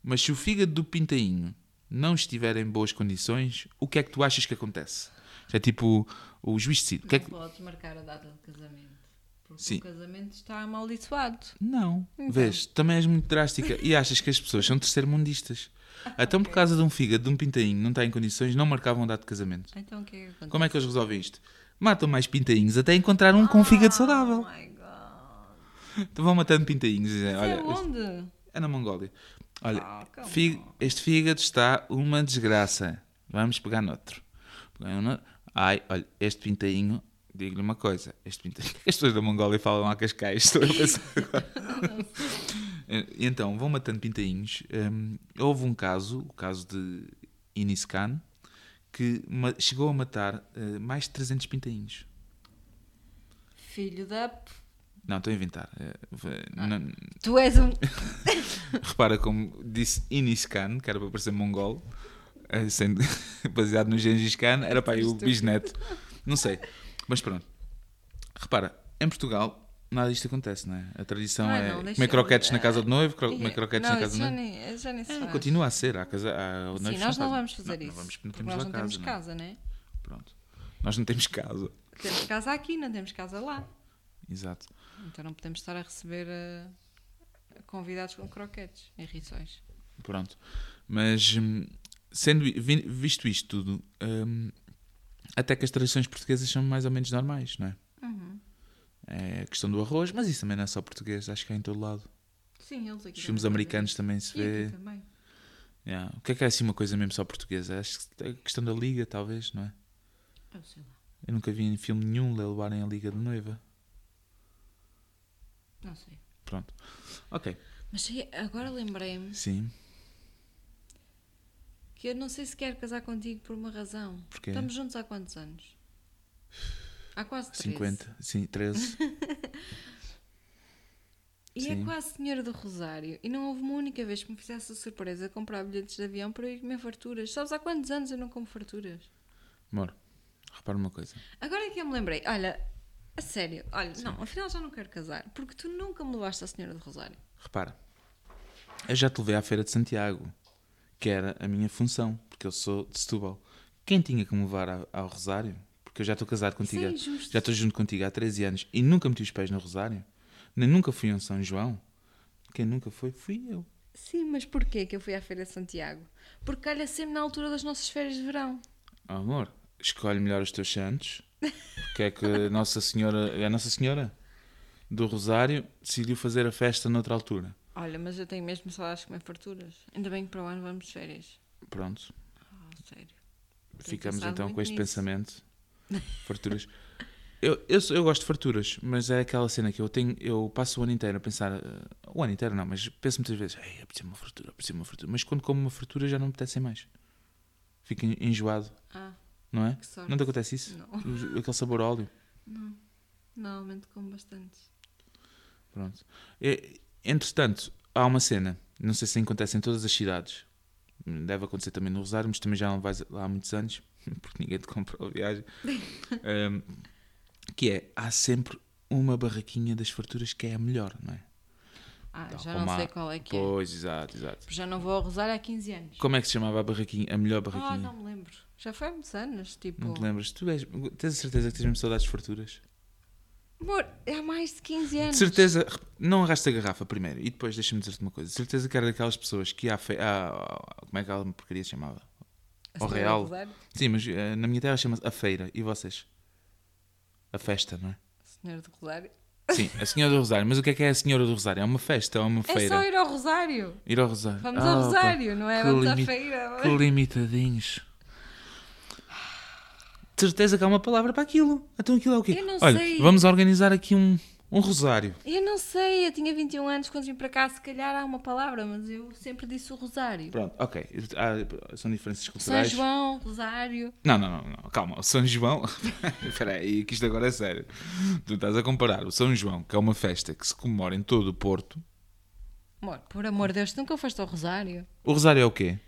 Speaker 1: Mas se o fígado do pintainho não estiver em boas condições, o que é que tu achas que acontece? É tipo o juiz decide. O que é que...
Speaker 2: Não podes marcar a data de casamento. Porque
Speaker 1: Sim.
Speaker 2: o casamento está amaldiçoado.
Speaker 1: Não. Vês, também és muito drástica e achas que as pessoas são terceirmundistas. Então, por causa de um fígado, de um pintainho, não está em condições, não marcavam um dado de casamento.
Speaker 2: Então o que é que acontece?
Speaker 1: Como é que eles resolvem isto? Matam mais pintainhos até encontrar um com um fígado
Speaker 2: Oh
Speaker 1: saudável.
Speaker 2: my god.
Speaker 1: Então vão matando pintainhos e dizem,
Speaker 2: Olha,
Speaker 1: olha,
Speaker 2: é
Speaker 1: este-
Speaker 2: onde?
Speaker 1: é na Mongólia. Olha,
Speaker 2: Ah, come
Speaker 1: fí- este fígado está uma desgraça. Vamos pegar noutro. Pegar um no- Ai, olha, este pintainho, digo-lhe uma coisa. Este pintainho, as pessoas da Mongólia falam a cascais, estou a pensar agora. E então, vão matando pintainhos. Hum, houve um caso, o caso de Inis Khan, que ma- chegou a matar eh, mais de 300 pintainhos.
Speaker 2: Filho da. p-
Speaker 1: Não, estou a inventar. Eh, v-
Speaker 2: Ah.
Speaker 1: não-
Speaker 2: Tu és um.
Speaker 1: Repara como disse Inis Khan, que era para parecer mongol, eh, sendo baseado no Gengis Khan, era para aí
Speaker 2: é
Speaker 1: o bisneto. Não sei. Mas pronto. Repara, em Portugal nada disto acontece, não é? A tradição
Speaker 2: Ah,
Speaker 1: é
Speaker 2: não, deixa-
Speaker 1: comer croquetes na casa do noivo, cro
Speaker 2: Ih,
Speaker 1: comer croquetes
Speaker 2: não,
Speaker 1: na casa
Speaker 2: isso
Speaker 1: do
Speaker 2: já
Speaker 1: noivo.
Speaker 2: nem, isso já nem se
Speaker 1: É,
Speaker 2: faz.
Speaker 1: continua a ser, há casa, há noivos
Speaker 2: Sim,
Speaker 1: que
Speaker 2: nós
Speaker 1: são
Speaker 2: não
Speaker 1: casa-
Speaker 2: vamos fazer
Speaker 1: não,
Speaker 2: isso.
Speaker 1: Não vamos, porque
Speaker 2: porque
Speaker 1: não temos
Speaker 2: nós
Speaker 1: lá
Speaker 2: não
Speaker 1: casa,
Speaker 2: temos
Speaker 1: não é?
Speaker 2: casa, né?
Speaker 1: Pronto. Nós não temos casa.
Speaker 2: Temos casa aqui, não temos casa lá.
Speaker 1: Exato.
Speaker 2: Então não podemos estar a receber eh, convidados com croquetes em rições.
Speaker 1: Pronto. Mas hum, sendo vi- vi- visto isto tudo, hum, até que as tradições portuguesas são mais ou menos normais, não é?
Speaker 2: Uhum.
Speaker 1: É a questão do arroz, mas isso também não é só português, acho que é em todo lado.
Speaker 2: Sim, eles aqui.
Speaker 1: Os filmes
Speaker 2: também
Speaker 1: americanos também se
Speaker 2: fazem isso. E
Speaker 1: vê.
Speaker 2: aqui também.
Speaker 1: Yeah. O que é que é assim uma coisa mesmo só portuguesa? Acho que é a questão da liga, talvez, não é?
Speaker 2: Eu Ah, sei lá.
Speaker 1: Eu nunca vi em filme nenhum levarem a liga de noiva.
Speaker 2: Não sei.
Speaker 1: Pronto. Ok.
Speaker 2: Mas sei- agora lembrei-me
Speaker 1: Sim.
Speaker 2: que eu não sei se quero casar contigo por uma razão.
Speaker 1: Porquê?
Speaker 2: Estamos juntos há quantos anos? Há quase 13.
Speaker 1: 50. Sim, 13.
Speaker 2: E
Speaker 1: Sim.
Speaker 2: é quase Senhora do Rosário. E não houve uma única vez que me fizesse a surpresa comprar bilhetes de avião para eu ir comer farturas. Sabes há quantos anos eu não como farturas?
Speaker 1: Amor, repara uma coisa.
Speaker 2: Agora é que eu me lembrei. Olha, a sério. Olha, não, afinal já não quero casar. Porque tu nunca me levaste à Senhora do Rosário.
Speaker 1: Repara, eu já te levei à Feira de Santiago, que era a minha função, porque eu sou de Setúbal. Quem tinha que me levar a- ao Rosário? Porque eu já estou casado contigo,
Speaker 2: é
Speaker 1: há-
Speaker 2: injusto.
Speaker 1: já estou junto contigo há 13 anos e nunca meti os pés no Rosário, nem nunca fui a um São João. Quem nunca foi, fui eu.
Speaker 2: Sim, mas porquê que eu fui à Feira de Santiago? Porque calha sempre na altura das nossas férias de verão.
Speaker 1: Oh, amor, escolhe melhor os teus santos, porque é que é a Nossa Senhora, a Nossa Senhora do Rosário decidiu fazer a festa noutra altura.
Speaker 2: Olha, mas eu tenho mesmo salários que me farturas. Ainda bem que para o ano vamos de férias.
Speaker 1: Pronto.
Speaker 2: Ah, sério.
Speaker 1: Ficamos
Speaker 2: pensado
Speaker 1: então com
Speaker 2: muito
Speaker 1: este
Speaker 2: nisso.
Speaker 1: pensamento. Farturas. Eu, eu, sou- eu gosto de farturas, mas é aquela cena que eu tenho, eu passo o ano inteiro a pensar, eh, o ano inteiro não, mas penso muitas vezes, ei, apetecia uma fartura, apetecia uma fartura, mas quando como uma fartura já não me apetecem mais. Fico en- enjoado,
Speaker 2: Ah,
Speaker 1: não é?
Speaker 2: que sorte.
Speaker 1: Não te acontece isso?
Speaker 2: Não,
Speaker 1: O- Aquele sabor a óleo.
Speaker 2: normalmente como bastantes.
Speaker 1: Pronto. E, entretanto, há uma cena, não sei se acontece em todas as cidades, deve acontecer também no Rosário, mas também já não vais lá há muitos anos, porque ninguém te compra a viagem, Ahm, que é, há sempre uma barraquinha das farturas que é a melhor, não é?
Speaker 2: Ah,
Speaker 1: Tal
Speaker 2: já
Speaker 1: como
Speaker 2: não
Speaker 1: há-
Speaker 2: sei qual é que é.
Speaker 1: Pois, exato, exato.
Speaker 2: Porque Já não vou ao Rosário há 15 anos.
Speaker 1: Como é que se chamava a barraquinha, a melhor
Speaker 2: Ah,
Speaker 1: barraquinha?
Speaker 2: não me lembro. Já foi há muitos anos, tipo...
Speaker 1: não. te lembras? Tu és, tens a certeza que tens mesmo saudades de farturas?
Speaker 2: Amor, há mais de 15
Speaker 1: De
Speaker 2: anos.
Speaker 1: certeza, não arrasta a garrafa primeiro e depois deixa-me dizer-te uma coisa. De certeza que era daquelas pessoas que há, fe... há- como é que aquela porcaria se chamava?
Speaker 2: A senhora
Speaker 1: real.
Speaker 2: Rosário?
Speaker 1: Sim, mas eh, na minha terra chama-se a feira. E vocês? A festa, não é?
Speaker 2: Senhora do Rosário.
Speaker 1: Sim, a Senhora do Rosário. Mas o que é que é a Senhora do Rosário? É uma festa, é uma
Speaker 2: É só
Speaker 1: feira.
Speaker 2: ir ao Rosário.
Speaker 1: Ir ao Rosário.
Speaker 2: Vamos
Speaker 1: Ah,
Speaker 2: ao
Speaker 1: opa,
Speaker 2: Rosário, não é?
Speaker 1: que
Speaker 2: Vamos à
Speaker 1: limite-
Speaker 2: feira.
Speaker 1: Que limitadinhos. De certeza que há uma palavra para aquilo. Então aquilo é o quê?
Speaker 2: Eu não
Speaker 1: Olha,
Speaker 2: sei.
Speaker 1: vamos organizar aqui um, um Rosário.
Speaker 2: Eu não sei, eu tinha 21 anos quando vim para cá, se calhar há uma palavra, mas eu sempre disse o Rosário.
Speaker 1: Pronto, ok. Há- são diferenças
Speaker 2: São
Speaker 1: culturais.
Speaker 2: João, Rosário.
Speaker 1: Não, não, não, não, calma, o São João. Espera aí, que isto agora é sério. Tu estás a comparar o São João, que é uma festa que se comemora em todo o Porto.
Speaker 2: Amor, por amor de Deus, tu nunca foste ao Rosário.
Speaker 1: O Rosário é o quê?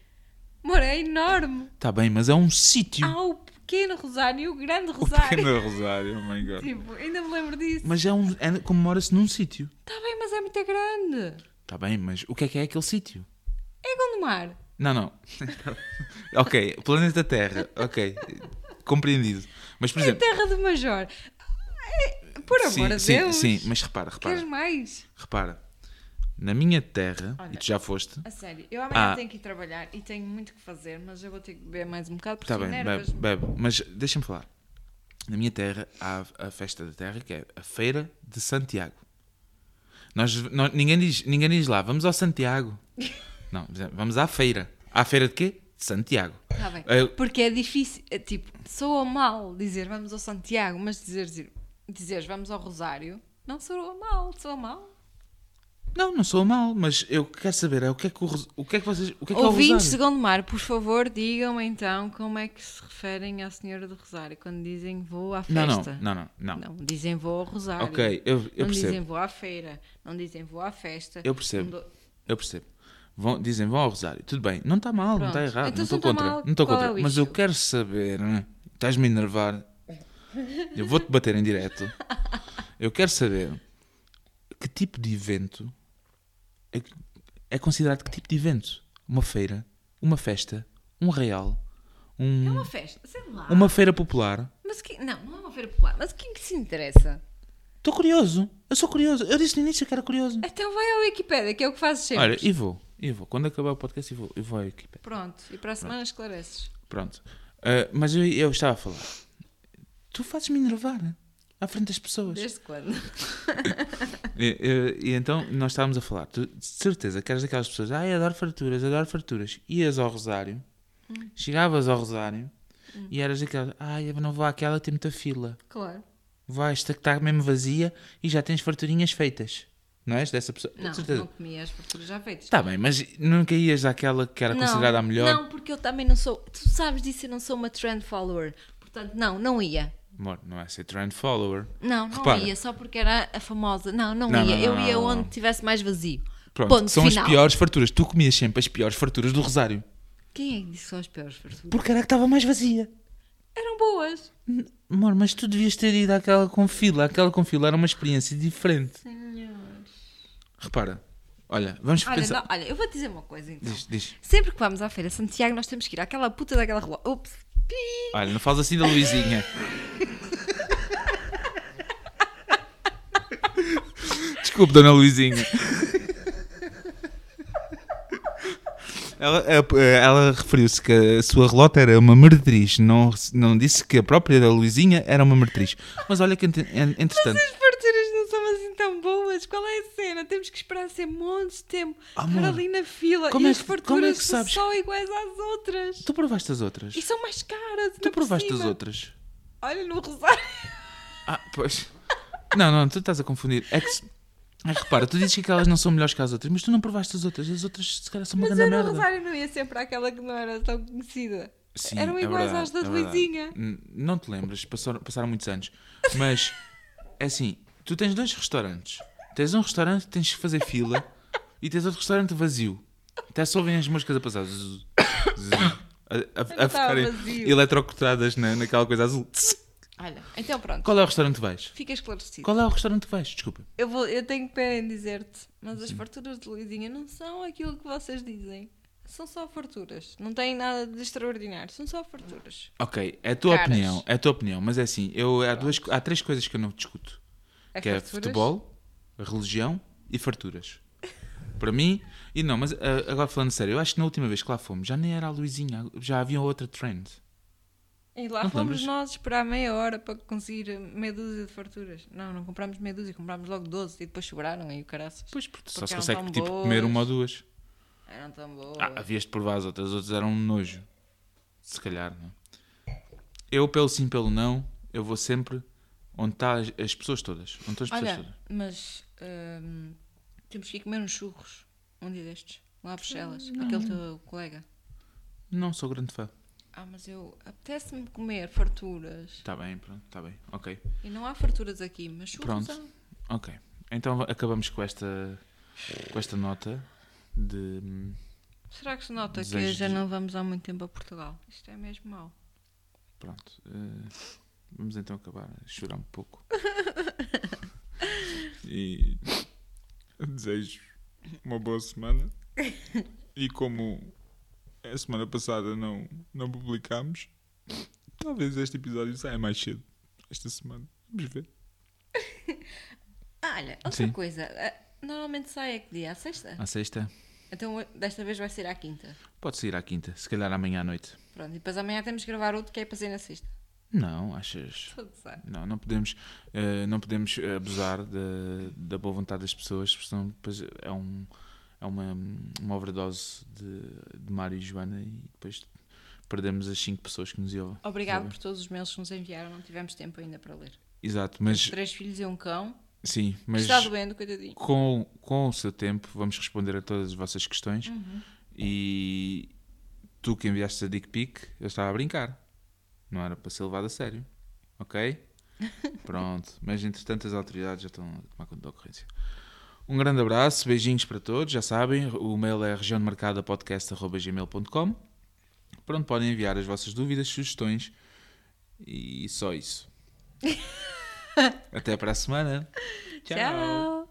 Speaker 2: Amor, é enorme.
Speaker 1: Está bem, mas é um sítio.
Speaker 2: Há o pequeno Rosário e o grande
Speaker 1: O
Speaker 2: Ah, Rosário.
Speaker 1: pequeno Rosário, oh my god.
Speaker 2: Tipo, ainda me lembro disso.
Speaker 1: Mas é um, é, comemora-se num sítio.
Speaker 2: Está bem, mas é muito grande.
Speaker 1: Está bem, mas o que é que é aquele sítio?
Speaker 2: É Gondomar.
Speaker 1: Não, não. ok, planeta Terra, ok. Compreendido. Mas, por
Speaker 2: É
Speaker 1: exemplo.
Speaker 2: terra do Major. É- Por amor
Speaker 1: Sim,
Speaker 2: de
Speaker 1: sim,
Speaker 2: Deus.
Speaker 1: sim, mas repara, repara.
Speaker 2: Queres mais?
Speaker 1: Repara. Na minha terra, e
Speaker 2: Olha.
Speaker 1: tu já foste.
Speaker 2: A sério, eu amanhã
Speaker 1: Ah.
Speaker 2: tenho que ir trabalhar e tenho muito que fazer, mas eu vou ter que beber mais um bocado porque
Speaker 1: Está Tá bem, bebe,
Speaker 2: enervas-me.
Speaker 1: bebe. Mas deixa-me falar. Na minha terra há a festa da terra, que é a Feira de Santiago. Nós, nó- ninguém, diz, ninguém diz lá, vamos ao Santiago. Não, vamos à feira. À feira de quê? De Santiago.
Speaker 2: Tá bem.
Speaker 1: Eu-
Speaker 2: Porque é difícil, é, tipo, soa mal dizer vamos ao Santiago, mas dizer, dizer vamos ao Rosário não soa mal, soa mal.
Speaker 1: Não, não sou mal, mas eu quero saber é o que é que, o, Ros- o que, é que vocês. O que é que é o
Speaker 2: Ouvintes de
Speaker 1: Rosário?
Speaker 2: Gondomar, por favor, digam então como é que se referem à Senhora do Rosário quando dizem vou à
Speaker 1: Não, não,
Speaker 2: festa.
Speaker 1: não, não, não.
Speaker 2: não. dizem vou ao Rosário.
Speaker 1: Ok, eu, eu
Speaker 2: não dizem
Speaker 1: percebo.
Speaker 2: vou à feira, não dizem vou à festa.
Speaker 1: Eu percebo.
Speaker 2: Não do-
Speaker 1: Eu percebo. Vão, dizem, vão ao Rosário. Tudo bem, não está mal, não está
Speaker 2: Pronto.
Speaker 1: errado.
Speaker 2: Então,
Speaker 1: não
Speaker 2: se
Speaker 1: estou
Speaker 2: não tá
Speaker 1: contra.
Speaker 2: mal,
Speaker 1: não estou
Speaker 2: qual
Speaker 1: contra.
Speaker 2: é o
Speaker 1: mas eu
Speaker 2: issue?
Speaker 1: quero saber. né? Estás-me a enervar. Eu vou-te bater em direto. Eu quero saber que tipo de evento é, é considerado que tipo de evento? Uma feira, uma festa, um real, um-
Speaker 2: É uma festa, sei lá.
Speaker 1: uma feira popular.
Speaker 2: Mas que... Não, não é uma feira popular. Mas quem que se interessa?
Speaker 1: Estou curioso. Eu sou curioso. Eu disse no início que era curioso.
Speaker 2: Então vai à Wikipédia, que é o que fazes sempre.
Speaker 1: Olha, e vou. E vou. Quando acabar o podcast, eu vou, eu vou à equipa.
Speaker 2: Pronto, e para a semana esclareces.
Speaker 1: Pronto. Ah, mas eu, eu estava a falar. Tu fazes-me enervar né? à frente das pessoas.
Speaker 2: Desde quando?
Speaker 1: E, e- e então nós estávamos a falar. Tu, de certeza que eras daquelas pessoas. Ai, adoro farturas, adoro farturas. Ias ao Rosário,
Speaker 2: Hum.
Speaker 1: chegavas ao Rosário e eras daquelas. Ai, eu não vou àquela que tem muita fila.
Speaker 2: Claro.
Speaker 1: Vou à esta que está mesmo vazia e já tens farturinhas feitas. Não és dessa pessoa?
Speaker 2: Não,
Speaker 1: de certeza.
Speaker 2: não comia as farturas já feitas.
Speaker 1: Está bem, mas nunca ias àquela que era
Speaker 2: não,
Speaker 1: considerada a melhor.
Speaker 2: Não, porque eu também não sou. Tu sabes disso, eu não sou uma trend follower. Portanto, não, não ia.
Speaker 1: Amor, não é ser trend follower.
Speaker 2: Não, não
Speaker 1: Repara.
Speaker 2: ia, só porque era a famosa. Não, não,
Speaker 1: Não,
Speaker 2: ia.
Speaker 1: não, não,
Speaker 2: eu
Speaker 1: não,
Speaker 2: ia
Speaker 1: não,
Speaker 2: onde
Speaker 1: não.
Speaker 2: tivesse mais vazio.
Speaker 1: Pronto,
Speaker 2: Ponto
Speaker 1: são
Speaker 2: final.
Speaker 1: as piores farturas. Tu comias sempre as piores farturas do Rosário.
Speaker 2: Quem é que disse que são as piores farturas?
Speaker 1: Porque era a que estava mais vazia.
Speaker 2: Eram boas.
Speaker 1: N- Amor, mas tu devias ter ido àquela com fila. Aquela com fila era uma experiência diferente.
Speaker 2: Senhores.
Speaker 1: Repara. Olha, vamos
Speaker 2: Olha,
Speaker 1: pensar...
Speaker 2: não, olha, eu vou te dizer uma coisa então.
Speaker 1: Diz, diz.
Speaker 2: Sempre que vamos à Feira de Santiago, nós temos que ir àquela puta daquela rua. Ups. Pi.
Speaker 1: Olha, não faz assim da Luizinha. Desculpe, dona Luizinha. Ela, eh, ela referiu-se que a sua relota era uma meretriz, não, não disse que a própria da Luizinha era uma meretriz. Mas é olha que, ent- en- entretanto,
Speaker 2: As farturas não são assim tão boas qual é a cena? Temos que esperar ser montes de tempo
Speaker 1: Amor,
Speaker 2: para ali na fila
Speaker 1: como
Speaker 2: e
Speaker 1: é
Speaker 2: as
Speaker 1: que-
Speaker 2: farturas
Speaker 1: como é que
Speaker 2: são
Speaker 1: sabes-
Speaker 2: só iguais às outras.
Speaker 1: Tu provaste as outras?
Speaker 2: E são mais caras. ainda
Speaker 1: tu
Speaker 2: por
Speaker 1: provaste as
Speaker 2: cima.
Speaker 1: outras?
Speaker 2: Olha, no rosário.
Speaker 1: Ah, pois. Não, não, tu estás a confundir. É que, se- é que repara, tu dizes que aquelas não são melhores que as outras, mas tu não provaste as outras. As outras, se calhar, são uma
Speaker 2: Mas
Speaker 1: grande
Speaker 2: eu no
Speaker 1: merda.
Speaker 2: rosário não ia sempre àquela que não era tão conhecida.
Speaker 1: Sim,
Speaker 2: Eram
Speaker 1: é
Speaker 2: iguais
Speaker 1: verdade,
Speaker 2: às da
Speaker 1: é verdade.
Speaker 2: Luizinha.
Speaker 1: N- Não te lembras, passaram, passaram muitos anos. Mas, é assim, tu tens dois restaurantes. Tens um restaurante que tens que fazer fila e tens outro restaurante vazio. Até só ouvem as músicas a passar. Zzz, zzz, a, a- a
Speaker 2: Não tá
Speaker 1: ficarem
Speaker 2: vazio.
Speaker 1: eletrocutadas na, naquela coisa azul. Tss.
Speaker 2: Olha, então pronto.
Speaker 1: Qual é o restaurante que vais?
Speaker 2: Fica esclarecido.
Speaker 1: Qual é o restaurante que vais? Desculpa.
Speaker 2: Eu, vou, eu tenho pena em dizer-te, mas as farturas de Luizinha não são aquilo que vocês dizem. São só farturas. Não tem nada de extraordinário. São só farturas.
Speaker 1: Ok, é a tua
Speaker 2: Caras.
Speaker 1: opinião, é a tua opinião, mas é assim, eu, há, duas, há três coisas que eu não discuto.
Speaker 2: É
Speaker 1: que é
Speaker 2: farturas?
Speaker 1: futebol, religião e farturas. Para mim, e não, mas ah, agora falando sério, eu acho que na última vez que lá fomos já nem era a Luizinha, já havia outra trend.
Speaker 2: E lá
Speaker 1: Não te
Speaker 2: fomos
Speaker 1: lembras?
Speaker 2: nós esperar meia hora para conseguir meia dúzia de farturas. Não, não comprámos meia dúzia, comprámos logo 12 e depois sobraram e o caraças.
Speaker 1: Pois, porque só
Speaker 2: Porque
Speaker 1: se consegue
Speaker 2: eram tão
Speaker 1: tipo,
Speaker 2: boas.
Speaker 1: comer uma ou duas.
Speaker 2: Eram tão boas.
Speaker 1: Ah, havias de provar as outras, as outras eram um nojo. Se calhar, não. é? Eu, pelo sim, pelo não, eu vou sempre onde está as, as pessoas todas. Onde estão as pessoas todas.
Speaker 2: Olha, mas hum, temos que ir comer uns churros um dia destes, lá a Bruxelas, aquele teu colega.
Speaker 1: Não sou grande fã.
Speaker 2: Ah, mas eu apetece-me comer farturas.
Speaker 1: Está Tá bem, pronto, está bem. Ok.
Speaker 2: E não há farturas aqui, mas churros
Speaker 1: Pronto.
Speaker 2: há.
Speaker 1: Ok. Então acabamos com esta com esta nota de hum,
Speaker 2: Será que se nota que
Speaker 1: Desejo
Speaker 2: já
Speaker 1: de-
Speaker 2: não vamos há muito tempo a Portugal? Isto é mesmo mau.
Speaker 1: pronto. eh, vamos então acabar a chorar um pouco. e desejo uma boa semana. E como a semana passada não não publicámos, talvez este episódio saia mais cedo esta semana. Vamos ver.
Speaker 2: Ah, olha, outra
Speaker 1: Sim.
Speaker 2: coisa. Ah, Normalmente sai a que dia? À sexta?
Speaker 1: À sexta.
Speaker 2: Então desta vez vai ser à quinta.
Speaker 1: Pode sair à quinta, se calhar amanhã à noite.
Speaker 2: Pronto, e depois amanhã temos que gravar outro que é para ser na sexta.
Speaker 1: Não, achas?
Speaker 2: Estou a gozar.
Speaker 1: Não, não podemos, eh, não podemos eh, abusar da, da boa vontade das pessoas, porque senão depois é, um, é uma, uma overdose de, de Mário e Joana e depois perdemos as 5 pessoas que nos iam.
Speaker 2: Obrigado
Speaker 1: Sabe?
Speaker 2: por todos os mails que nos enviaram, não tivemos tempo ainda para ler.
Speaker 1: Exato, mas
Speaker 2: Três filhos e um cão.
Speaker 1: sim,
Speaker 2: que
Speaker 1: mas
Speaker 2: Está doendo, coitadinho.
Speaker 1: com, com o seu tempo vamos responder a todas as vossas questões e tu que enviaste a dick pic, eu estava a brincar, não era para ser levado a sério, ok? Pronto, mas entretanto as autoridades já estão a tomar conta da ocorrência. Um grande abraço, beijinhos para todos, já sabem, o mail é regiãodemarcadapodcast.gmail.com Pronto, podem enviar as vossas dúvidas, sugestões e só isso. Até para a semana. Tchau.
Speaker 2: Tchau.